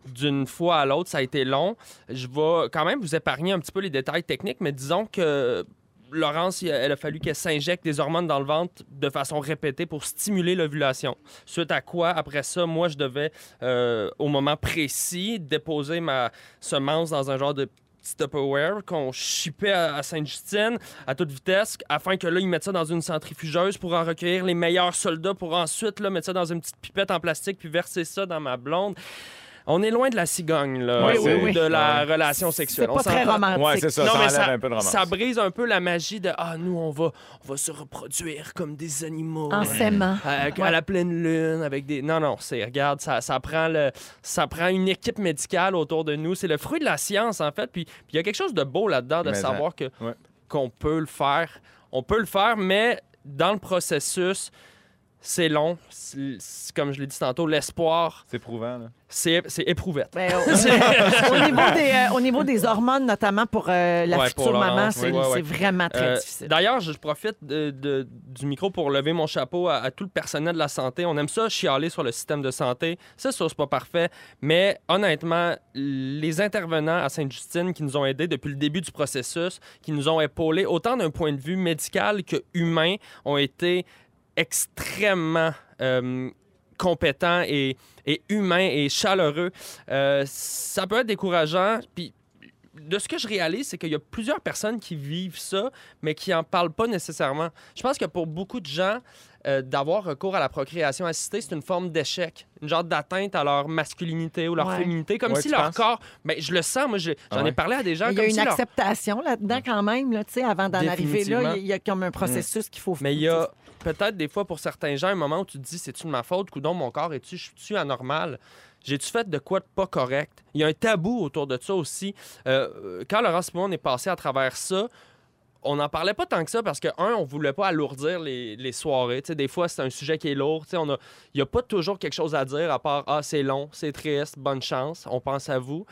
d'une fois à l'autre. Ça a été long. Je vais quand même vous épargner un petit peu les détails techniques, mais disons que Laurence, il a- elle a fallu qu'elle s'injecte des hormones dans le ventre de façon répétée pour stimuler l'ovulation. Suite à quoi, après ça, moi, je devais, euh, au moment précis, déposer ma semence dans un genre de petit Tupperware qu'on chipait à, à Sainte-Justine à toute vitesse afin que là, ils mettent ça dans une centrifugeuse pour en recueillir les meilleurs soldats pour ensuite là, mettre ça dans une petite pipette en plastique puis verser ça dans ma blonde. On est loin de la cigogne, là, Oui, oui, ou oui. de la relation C'est sexuelle. On pas très s'entend. romantique. Ouais, c'est ça, Non, ça mais enlève un peu de romance. ça brise un peu la magie de Ah, nous, on va, on va se reproduire comme des animaux. En s'aimant. Euh, À, la pleine lune, avec des. Non, non, c'est. Regarde, ça, ça, prend le, ça prend une équipe médicale autour de nous. C'est le fruit de la science, en fait. Puis puis il y a quelque chose de beau là-dedans, de Mais, savoir que, ouais. qu'on peut le faire. On peut le faire, mais dans le processus, c'est long. C'est- c'est- comme je l'ai dit tantôt, l'espoir, C'est prouvant, là. c'est, c'est éprouvette. Ben, au, au niveau des, euh, au niveau des hormones, notamment pour euh, la Ouais, future pour Laurence, maman, oui, c'est ouais, ouais. c'est vraiment très Euh, difficile. D'ailleurs, je je profite de- de- du micro pour lever mon chapeau à, à tout le personnel de la santé. On aime ça chialer sur le système de santé. C'est sûr, c'est pas parfait, mais honnêtement, les intervenants à Sainte-Justine qui nous ont aidés depuis le début du processus, qui nous ont épaulés, autant d'un point de vue médical que humain, ont été extrêmement euh, compétents et, et humains et chaleureux. Euh, ça peut être décourageant, puis de ce que je réalise, c'est qu'il y a plusieurs personnes qui vivent ça, mais qui n'en parlent pas nécessairement. Je pense que pour beaucoup de gens, euh, d'avoir recours à la procréation assistée, c'est une forme d'échec, une genre d'atteinte à leur masculinité ou leur Ouais. féminité, comme Ouais, si tu leur penses? corps... Mais je le sens, moi, je- j'en Ah ouais. ai parlé à des gens Il y comme a une si leur- acceptation là-dedans quand même, là, tu sais, avant d'en arriver Définitivement. Mm. là, il y a comme un processus qu'il faut Mais il y a peut-être des fois pour certains gens un moment où tu te dis c'est-tu de ma faute, coudon mon corps est-tu je suis anormal, j'ai-tu fait de quoi de pas correct. Il y a un tabou autour de ça aussi. Euh, quand Laurence et moi on est passé à travers ça, on n'en parlait pas tant que ça parce que, un, on voulait pas alourdir les, les soirées. Tu sais, des fois, c'est un sujet qui est lourd. Tu sais, on a- Il n'y a pas toujours quelque chose à dire à part Ah, c'est long, c'est triste, bonne chance, on pense à vous.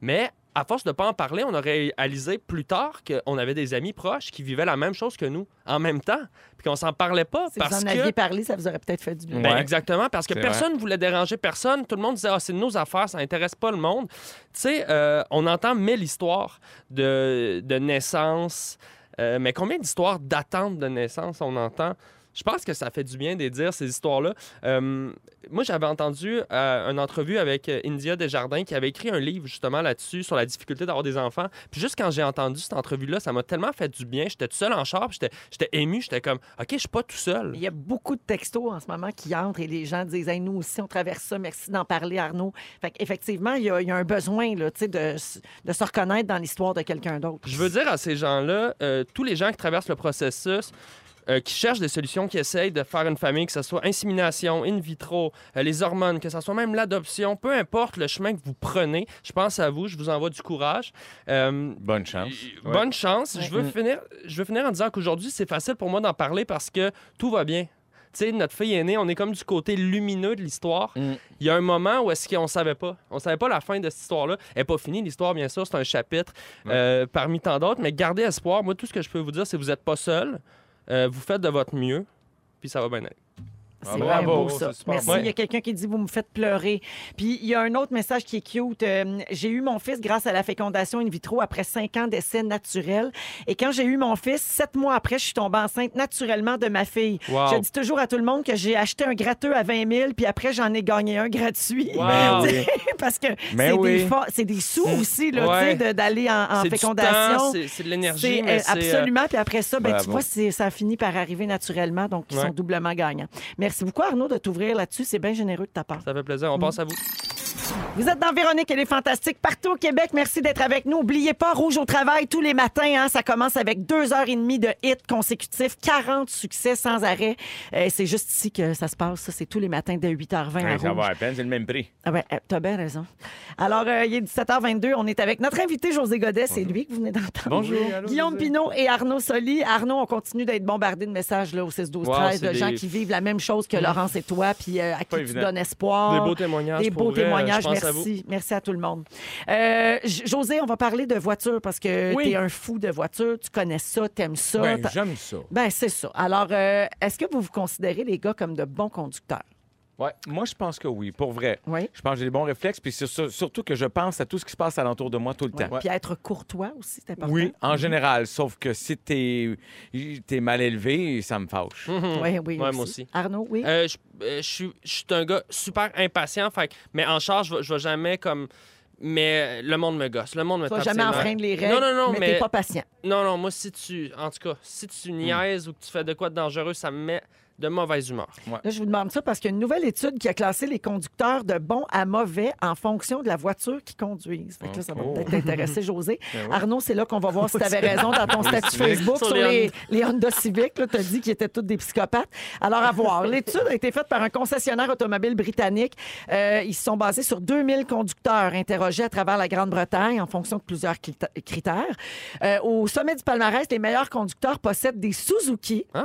Mais à force de ne pas en parler, on a réalisé plus tard qu'on avait des amis proches qui vivaient la même chose que nous en même temps, puis qu'on s'en parlait pas Si vous parce en que. aviez parlé, ça vous aurait peut-être fait du bien. Ben, Ouais. Exactement, parce que C'est personne ne voulait déranger personne. Tout le monde disait, ah, c'est de nos affaires, ça n'intéresse pas le monde. Tu sais, euh, on entend mille histoires de, de naissance, euh, mais combien d'histoires d'attente de naissance on entend? Je pense que ça fait du bien de les dire ces histoires-là. Euh, moi, j'avais entendu euh, une entrevue avec euh, India Desjardins qui avait écrit un livre justement là-dessus sur la difficulté d'avoir des enfants. Puis juste quand j'ai entendu cette entrevue-là, ça m'a tellement fait du bien. J'étais tout seul en char, puis j'étais j'étais ému, j'étais comme, OK, je suis pas tout seul. Il y a beaucoup de textos en ce moment qui entrent et les gens disent Hey, Nous aussi, on traverse ça, merci d'en parler, Arnaud. Fait Effectivement, il y, a, il y a un besoin là, tu sais, de, s- de se reconnaître dans l'histoire de quelqu'un d'autre. Je veux dire à ces gens-là, euh, tous les gens qui traversent le processus, euh, qui cherchent des solutions, qui essayent de faire une famille, que ce soit insémination, in vitro, euh, les hormones, que ce soit même l'adoption, peu importe le chemin que vous prenez, je pense à vous, je vous envoie du courage. Euh, Bonne chance. euh, Bonne chance. Je, veux Mm. finir, je veux finir en disant qu'aujourd'hui, c'est facile pour moi d'en parler parce que tout va bien. Tu sais, notre fille aînée, on est comme du côté lumineux de l'histoire. Mm. Il y a un moment où est-ce qu'on savait pas. On savait pas la fin de cette histoire-là. Elle n'est pas finie, l'histoire, bien sûr. C'est un chapitre euh, parmi tant d'autres. Mais gardez espoir. Moi, tout ce que je peux vous dire, c'est que vous n'êtes pas seul. Euh, vous faites de votre mieux. Puis ça va bien aller. C'est Ah, Bravo, bien beau, bravo, ça. c'est super Merci. beau. Il y a quelqu'un qui dit Vous me faites pleurer. Puis il y a un autre message qui est cute. Euh, j'ai eu mon fils grâce à la fécondation in vitro après cinq ans d'essai naturel. Et quand j'ai eu mon fils, sept mois après, je suis tombée enceinte naturellement de ma fille. Wow. Je dis toujours à tout le monde que j'ai acheté un gratteux à 20 000, puis après, j'en ai gagné un gratuit. Wow. Ben oui. Parce que Mais c'est oui. des, fa- c'est des sous aussi, là, Mm. Ouais. tu sais, de- d'aller en, en C'est du temps, fécondation. c'est c'est de C'est, l'énergie. euh, mais c'est, euh, absolument. Puis après ça, ben, tu Bravo. vois, c'est- ça finit par arriver naturellement. Donc, ils Ouais. sont doublement gagnants. Merci beaucoup, Arnaud, de t'ouvrir là-dessus. C'est bien généreux de ta part. Ça fait plaisir. On pense à vous. Vous êtes dans Véronique, elle est fantastique partout au Québec. Merci d'être avec nous. N'oubliez pas, Rouge au travail tous les matins. hein. ça commence avec deux heures et demie de hits consécutifs, 40 succès sans arrêt. Euh, c'est juste ici que ça se passe. Ça, c'est tous les matins de 8h20 à Ouais, ça Rouge. va à peine, c'est le même prix. Ah ben, euh, t'as bien raison. Alors, euh, il est 17h22, on est avec notre invité José Godet, c'est lui que vous venez d'entendre. Bonjour. Oui, allô, Guillaume José. Pinault et Arnaud Soli. Arnaud, on continue d'être bombardé de messages là, au 6 12 13 Wow, c'est de gens des- qui vivent la même chose que Laurence et toi, puis euh, à qui Pas tu évident. donnes espoir. Des beaux témoignages, Ah, Des pour beaux vrai, témoignages, je pense à merci. Merci à tout le monde. Euh, J- José, on va parler de voiture parce que Oui. t'es un fou de voiture, tu connais ça, t'aimes ça. Ben, t'as- j'aime ça. ben, c'est ça. Alors, euh, est-ce que vous vous considérez, les gars, comme de bons conducteurs? Ouais, moi, je pense que oui, pour vrai. Oui. Je pense que j'ai des bons réflexes, puis sur- sur- surtout que je pense à tout ce qui se passe alentour de moi tout le temps. Puis être courtois aussi, c'est important. Oui, en général, sauf que si t'es es mal élevé, ça me fâche. Oui, oui. Ouais, moi aussi. Arnaud, oui. Euh, je, euh, je suis, je suis un gars super impatient, fait, que- mais en charge, je vais- je vais jamais comme. Mais le monde me gosse, le monde me tu vas tape jamais ses nerfs. enfreindre les règles. Non, non, non, mais, mais- t'es pas Hmm. patient. Non, non, moi, si tu. En tout cas, si tu niaises ou que tu fais de quoi de dangereux, ça me met de mauvaise humeur. Là, je vous demande ça parce qu'il y a une nouvelle étude qui a classé les conducteurs de bons à mauvais en fonction de la voiture qu'ils conduisent. Fait que là, ça va Oh. peut-être t'intéresser, José. Ben oui. Arnaud, c'est là qu'on va voir si tu avais raison dans ton statut Civic. Facebook sur Sur les, les les Honda Civic. Tu as dit qu'ils étaient tous des psychopathes. Alors, à voir. L'étude a été faite par un concessionnaire automobile britannique. Euh, ils se sont basés sur 2000 conducteurs interrogés à travers la Grande-Bretagne en fonction de plusieurs clit- critères. Euh, au sommet du palmarès, les meilleurs conducteurs possèdent des Suzuki Ah,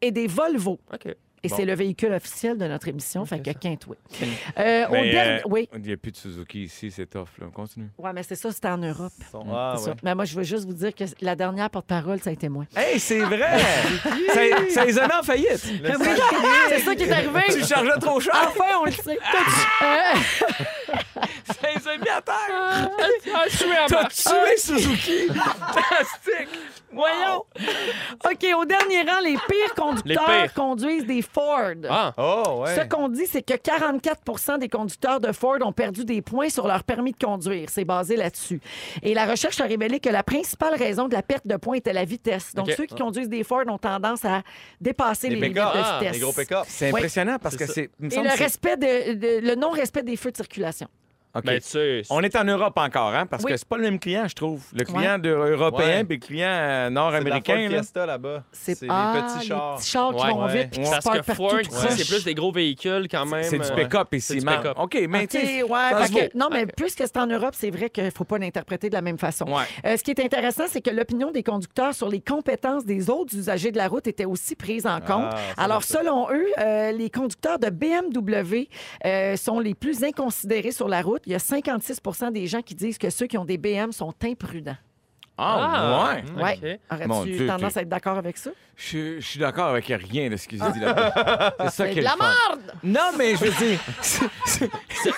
et des Volvo. OK. Et Bon. c'est le véhicule officiel de notre émission, fait que quinte, oui. au Mais, dernier- euh, Oui, Il n'y a plus de Suzuki ici, c'est tough. Là. Continue. ouais, mais c'est ça, c'était en Europe. Ils Mm. sont- Ah, C'est ouais. ça. Mais moi, je veux juste vous dire que la dernière porte-parole, ça a été moi. Hey, c'est vrai! ça, ça les a mis en faillite! Le Oui, sac- c'est ça qui est Tu arrivé. chargeais trop cher! Enfin, on le sait. Euh, Ça les a mis à terre! Ah, je suis à T'as Ah, tué Suzuki! Fantastique! voyons. OK, au dernier rang, les pires conducteurs Les pires. conduisent des Ford. Ah, Oh, Ce ouais. qu'on dit, c'est que 44 des conducteurs de Ford ont perdu des points sur leur permis de conduire. C'est basé là-dessus. Et la recherche a révélé que la principale raison de la perte de points était la vitesse. Donc, OK. ceux qui conduisent des Ford ont tendance à dépasser Les les limites pick-up. de Ah, vitesse. Les gros pick-up. C'est Oui. impressionnant parce que c'est. il me Et semble le, que c'est- respect de, de- le non-respect des feux de circulation. OK. ben tu sais. c'est- On est en Europe encore, hein, parce Oui. que c'est pas le même client, je trouve. Le client de- européen Ouais. puis le client euh, C'est de la Ford nord-américain. là. Fiesta là-bas. C'est les Ah, petits chars. qui Ouais, vont ouais. vite. puis qui se Parce que partent partout, Ford, tout ici, croche. c'est plus des gros véhicules quand même. C'est du euh, pick-up ici, du man. pick-up. OK, mais OK, tu sais, ouais, ça fait se que- vaut. non, mais Ok. puisque c'est en Europe, c'est vrai qu'il ne faut pas l'interpréter de la même façon. Ouais. Euh, ce qui est intéressant, c'est que l'opinion des conducteurs sur les compétences des autres usagers de la route était aussi prise en Ah, compte. ça, Alors, ça. selon eux, euh, les conducteurs de BMW euh, sont les plus inconsidérés sur la route. Il y a 56 des gens qui disent que ceux qui ont des BM sont imprudents. Ah, ouais. OK. Ouais. Mon Aurais-tu Dieu, tendance tu- à être d'accord avec ça? Je, je suis d'accord avec rien de ce qu'il se dit là C'est ça C'est qui de est le la fun. merde! Non, mais je veux dire. c'est- c'est- c'est-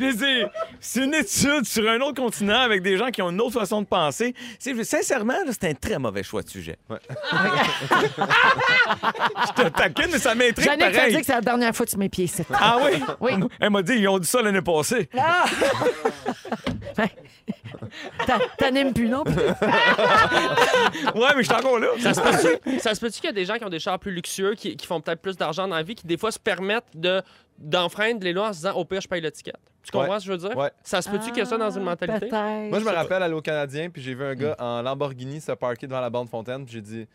Je veux dire, c'est une étude sur un autre continent avec des gens qui ont une autre façon de penser. C'est- je- Sincèrement, là, c'est un très mauvais choix de sujet. je te taquine, mais ça m'intrigue Jannick m'a dit pareil. que c'est la dernière fois que tu mets pied ici. Ah oui? Oui. Elle m'a dit, ils ont dit ça l'année passée. Ah! Ben, t'as- T'animes plus, non? Ouais, mais je suis encore là. Ça se peut-tu, ça se peut-tu qu'il y a des gens qui ont des chars plus luxueux, qui, qui font peut-être plus d'argent dans la vie, qui des fois se permettent de, d'enfreindre les lois en se disant au pire, je paye le ticket. Tu comprends Ouais. ce que je veux dire? Ouais. Ça se peut-tu qu'il y a ça dans une mentalité? Ah, Peut-être. Moi, je me rappelle aller au Canadien, puis j'ai vu un gars en Lamborghini se parquer devant la bande fontaine, puis j'ai dit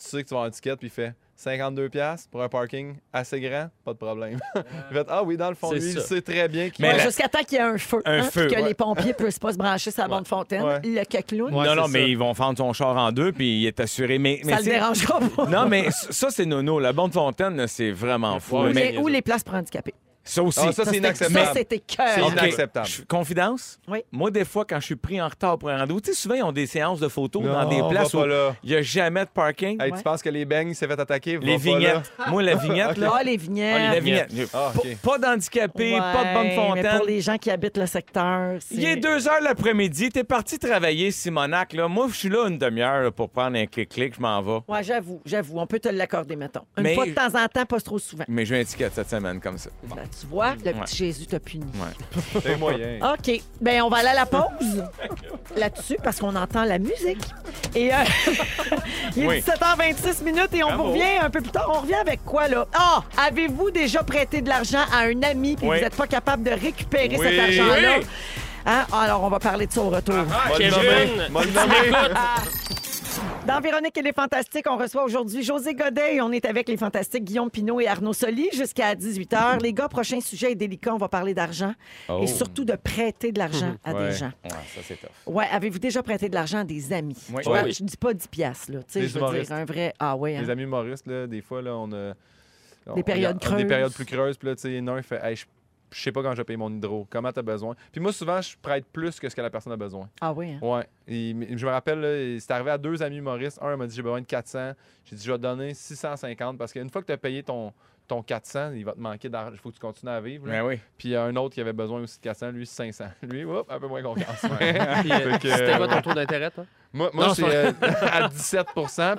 Tu sais que tu vas avoir une ticket, puis il fait 52$ piastres pour un parking assez grand, pas de problème. il fait Ah oui, dans le fond, C'est lui, il ça. sait très bien qu'il Mais Ouais, la- Jusqu'à temps qu'il y ait un feu. hein, Un puis feu, que ouais. les pompiers ne puissent pas se brancher sur la bande fontaine. Ouais. Le cacloun, Ouais, non, non, c'est mais ça. ils vont fendre son char en deux, puis il est assuré. Mais, mais ça le c'est- dérangera pas. Non, mais ça, c'est nono. La bonne fontaine, là, c'est vraiment fou. Ouais, mais Mais où les places pour handicapés. ça aussi. Ah, ça, c'est inacceptable. Ça, c'était C'est cœur. OK. inacceptable. Je- confidence? Oui. Moi, des fois, quand je suis pris en retard pour un rendez-vous, tu sais, souvent, ils ont des séances de photos Non, dans des va places pas où là. il n'y a jamais de parking. Hey, Ouais. Tu penses que les beignes il s'est fait attaquer Va les pas là. vignettes. Moi, la vignette, là. Ah, les vignettes. La vignette. Ah, OK. Pas, pas d'handicapé, Ouais, pas de bonne Mais pour fontaine. les gens qui habitent le secteur, c'est... Il est 2 heures l'après-midi, t'es parti travailler, Simonac. Là. Moi, je suis là une demi-heure là, pour prendre un clic-clic, je m'en vais. Ouais, j'avoue, j'avoue. On peut te l'accorder, mettons. Une Mais- fois de temps en temps, pas trop souvent. Mais j'ai un ticket cette semaine comme ça. Ben, tu vois, le Ouais. petit Jésus t'a puni. C'est moyen. OK. Ben, on va aller à la pause là-dessus parce qu'on entend la musique. Et euh, il est Oui. 17h26 minutes et on vous revient un peu plus tard. On revient avec quoi, là? Ah! Avez-vous déjà prêté de l'argent à un ami puis Oui. vous n'êtes pas capable de récupérer Oui. cet argent-là? Oui. Hein? Alors, on va parler de ça au retour. Kevin, Bonne nommée. Dans Véronique et les Fantastiques, on reçoit aujourd'hui José Godet. et On est avec les Fantastiques Guillaume Pinot et Arnaud Soli jusqu'à 18h. Les gars, prochain sujet est délicat. On va parler d'argent et surtout de prêter de l'argent à des gens. Oh. Ouais, ça, c'est tough. Ouais, avez-vous déjà prêté de l'argent à des amis? Oui. Tu vois, Oui. Je dis pas 10 piastres, là. Tu sais, Des je veux humoristes. dire un vrai... Ah oui, hein. Les amis humoristes, là, des fois, là, on a. on- Des périodes on a Des creuses. périodes plus creuses. Puis là, tu sais, non, il fait Hey, je je sais pas quand je vais payer mon hydro. Comment t'as besoin? Puis moi, souvent, je prête plus que ce que la personne a besoin. Ah oui, hein. Ouais. Et m- je me rappelle, là, il- c'est arrivé à deux amis humoristes. Un m'a dit j'ai besoin de 400. J'ai dit je vais te donner 650 parce qu'une fois que tu as payé ton, ton 400, il va te manquer d'argent. Il faut que tu continues à vivre. là. Ben oui. Puis il y a un autre qui avait besoin aussi de 400, lui 500. Lui, hop, un peu moins confiance. Puis, euh, Fait que, C'était quoi ton ouais. taux d'intérêt, toi? Moi, moi Non, c'est c'est euh, à 17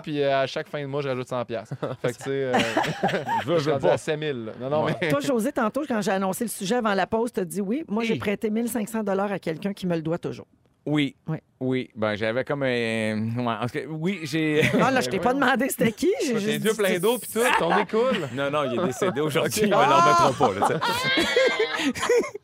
puis euh, à chaque fin de mois, je rajoute 100 Fait que tu sais, euh, je suis rendu à 5000. là. Non, non, mais. Toi, José, tantôt, quand j'ai annoncé le sujet avant la pause, t'as dit oui. Moi, j'ai prêté 1500 à quelqu'un qui me le doit toujours. Oui. Oui. Oui. Ben, j'avais comme un. ouais, parce que- oui, j'ai. Ah, là, je Ben t'ai pas demandé c'était qui. J'ai J'ai les juste yeux dit- pleins d'eau, puis tout, ton nez coule. Non, non, il est décédé aujourd'hui. Ok. Ah! Il ne l'en mettra pas. là, tu sais.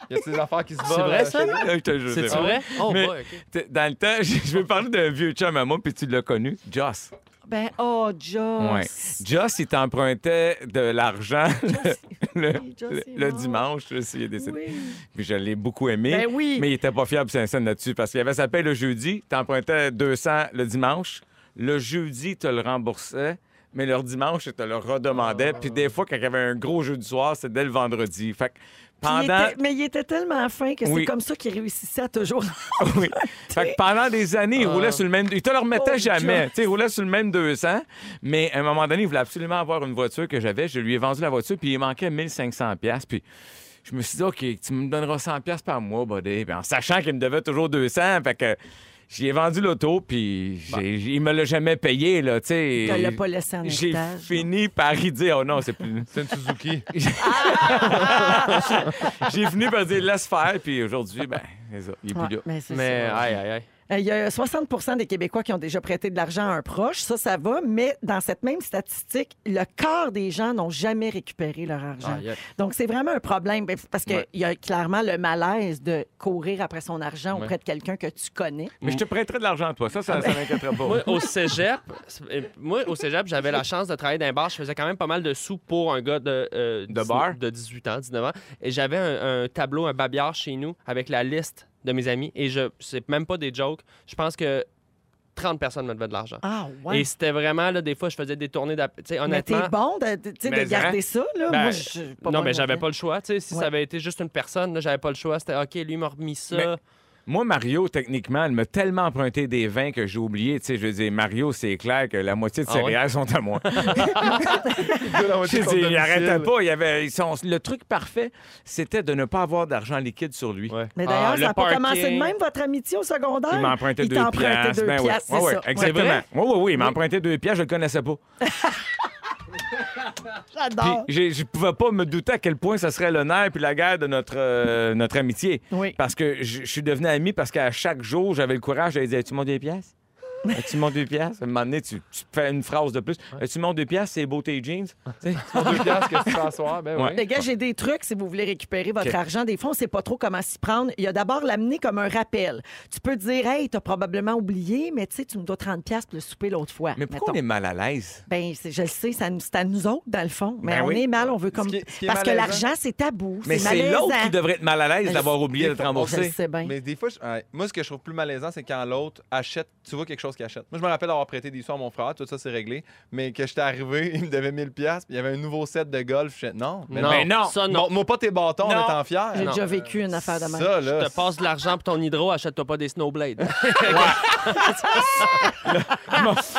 Il y a des affaires qui se volent. C'est vrai, euh, ça? chez vous. Ah, Je te jure. C'est vrai. vrai? Oh, Mais- boy, ok. T'es- Dans le temps, je je vais parler d'un vieux chum à moi, puis tu l'as connu, Joss. Ben, oh, Joss. Joss, il t'empruntait de l'argent le, Oui, Joss est le mort. dimanche, là, s'il est décédé. Oui. Puis je l'ai beaucoup aimé. Ben oui. Mais il était pas fiable, Saint-Saëns, là-dessus. Parce qu'il avait sa paye le jeudi, t'empruntais 200 le dimanche. Le jeudi, tu le remboursais. Mais leur dimanche, tu te le redemandais. Ah. Puis des fois, quand il y avait un gros jeu du soir, c'était dès le vendredi. Fait que Puis il pendant. était- mais il était tellement fin que c'est Oui. comme ça qu'il réussissait à toujours. Oui. Fait que pendant des années, Ah. il roulait sur le même. Il te le remettait Oh, jamais. Dieu. Tu sais, il roulait sur le même 200. Mais à un moment donné, il voulait absolument avoir une voiture que j'avais. Je lui ai vendu la voiture, puis il manquait 1500$. Puis. Je me suis dit, OK, tu me donneras 100$ par mois, buddy. Puis en sachant qu'il me devait toujours 200$, fait que j'y ai vendu l'auto, puis j'ai- il me l'a jamais payé, là, tu sais. Il te l'a pas laissé en J'ai héritage, fini par y dire, oh non, c'est plus. C'est une Suzuki. J'ai fini par dire, laisse faire, puis aujourd'hui, ben, c'est ça, il est Ouais, plus là. mais c'est Mais, ça. aïe, aïe, aïe. Euh, Il y a 60 des Québécois qui ont déjà prêté de l'argent à un proche. Ça, ça va. Mais dans cette même statistique, le quart des gens n'ont jamais récupéré leur argent. Aïe, aïe. Donc, c'est vraiment un problème ben, parce qu'il Ouais. y a clairement le malaise de courir après son argent Ouais. auprès de quelqu'un que tu connais. Mais je te prêterai de l'argent, toi. Ça, ça, ça m'inquiéterait pas. Ah, ben, Moi, au cégep, c'est- euh, moi, au cégep, j'avais la chance de travailler dans un bar. Je faisais quand même pas mal de sous pour un gars de, euh, De 19 bar? de 18 ans, 19 ans. Et j'avais un, un tableau, un babillard chez nous avec la liste de mes amis. Et je, c'est même pas des jokes. Je pense que 30 personnes me devaient de l'argent. Ah, Et c'était vraiment, là, des fois, je faisais des tournées d'appel. Tu sais, Mais honnêtement. t'es bon de, de- tu sais, de Mais garder hein. ça, là. Ben, Moi, je suis pas non, bonne mais j'avais là-dedans. pas le choix. Tu sais, si Ouais. ça avait été juste une personne, là, j'avais pas le choix. C'était OK, lui m'a remis ça. Mais- Moi, Mario, techniquement, elle m'a tellement emprunté des vins que j'ai oublié. Tu sais, je veux dire, Mario, c'est clair que la moitié de Ah ses ouais? réels sont à moi. Je veux dire, il arrêtait pas. Il y avait, ils sont- le truc parfait, c'était de ne pas avoir d'argent liquide sur lui. Ouais. Mais d'ailleurs, Ah, le ça n'a pas commencé de parking. même, votre amitié au secondaire? Il m'a emprunté Il deux t'a emprunté piastres. deux Ben oui. piastres, Ouais, c'est ouais, ça. Ouais. Exactement. vrai? Oui, oui, oui. Il m'a emprunté deux piastres, je le connaissais pas. Puis J'adore. j'ai- je pouvais pas me douter à quel point ça serait l'honneur puis la guerre de notre, euh, notre amitié. Oui. Parce que je je suis devenu ami parce qu'à chaque jour, j'avais le courage d'aller dire Tu montes des pièces Tu montes des pièces À un moment donné, tu, tu fais une phrase de plus Tu montes des pièces, c'est beau tes jeans. Tu sais, Pour deux piastres que tu fais à soir, ben Ouais. oui. Les gars, j'ai des trucs si vous voulez récupérer votre OK. argent. Des fois, on ne sait pas trop comment s'y prendre. Il y a d'abord l'amener comme un rappel. Tu peux dire, hey, t'as probablement oublié, mais tu sais, tu me dois 30$ piastres pour le souper l'autre fois. Mais pourquoi on mettons. est mal à l'aise Ben, c'est- je le sais, ça nous- c'est à nous autres, dans le fond. Mais Ben on oui. est mal, on veut comme. qui est- ce qui est Parce que malaisant. l'argent, c'est tabou. Mais c'est malaisant. l'autre qui devrait être mal à l'aise Mais d'avoir Ah, oublié de te Je le rembourser. sais bien. Mais des fois, je- ouais. moi, ce que je trouve plus malaisant, c'est quand l'autre achète, tu vois quelque chose qu'il achète. Moi, je me rappelle avoir prêté des sous à mon frère, tout ça, c'est réglé. Mais que j'étais arrivé, il me devait 1000$, puis il y avait un nouveau set de golf. Je fais, non, mais Non, non. Mais non. ça, non. Montre-moi pas tes bâtons Non. en étant fier. J'ai Non. déjà vécu une affaire de même. Ça, Je là. te passe de l'argent pour ton hydro, achète-toi pas des snowblades.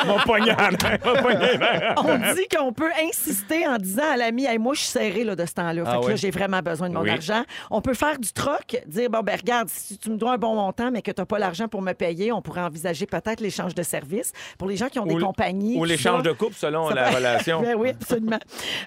Mon poignard, mon poignard. On dit qu'on peut insister en disant à l'ami, Hey, moi, je suis serré là, de ce temps-là. Fait Ah que là, ouais? j'ai vraiment besoin de mon Oui. argent. On peut faire du troc, dire, bon, ben regarde, si tu me dois un bon montant, mais que tu n'as pas l'argent pour me payer, on pourrait envisager peut-être l'échange de services pour les gens qui ont Ou des l- compagnies. Ou tout l'échange ça. de couple selon Ça la peut- relation. Ben oui, absolument.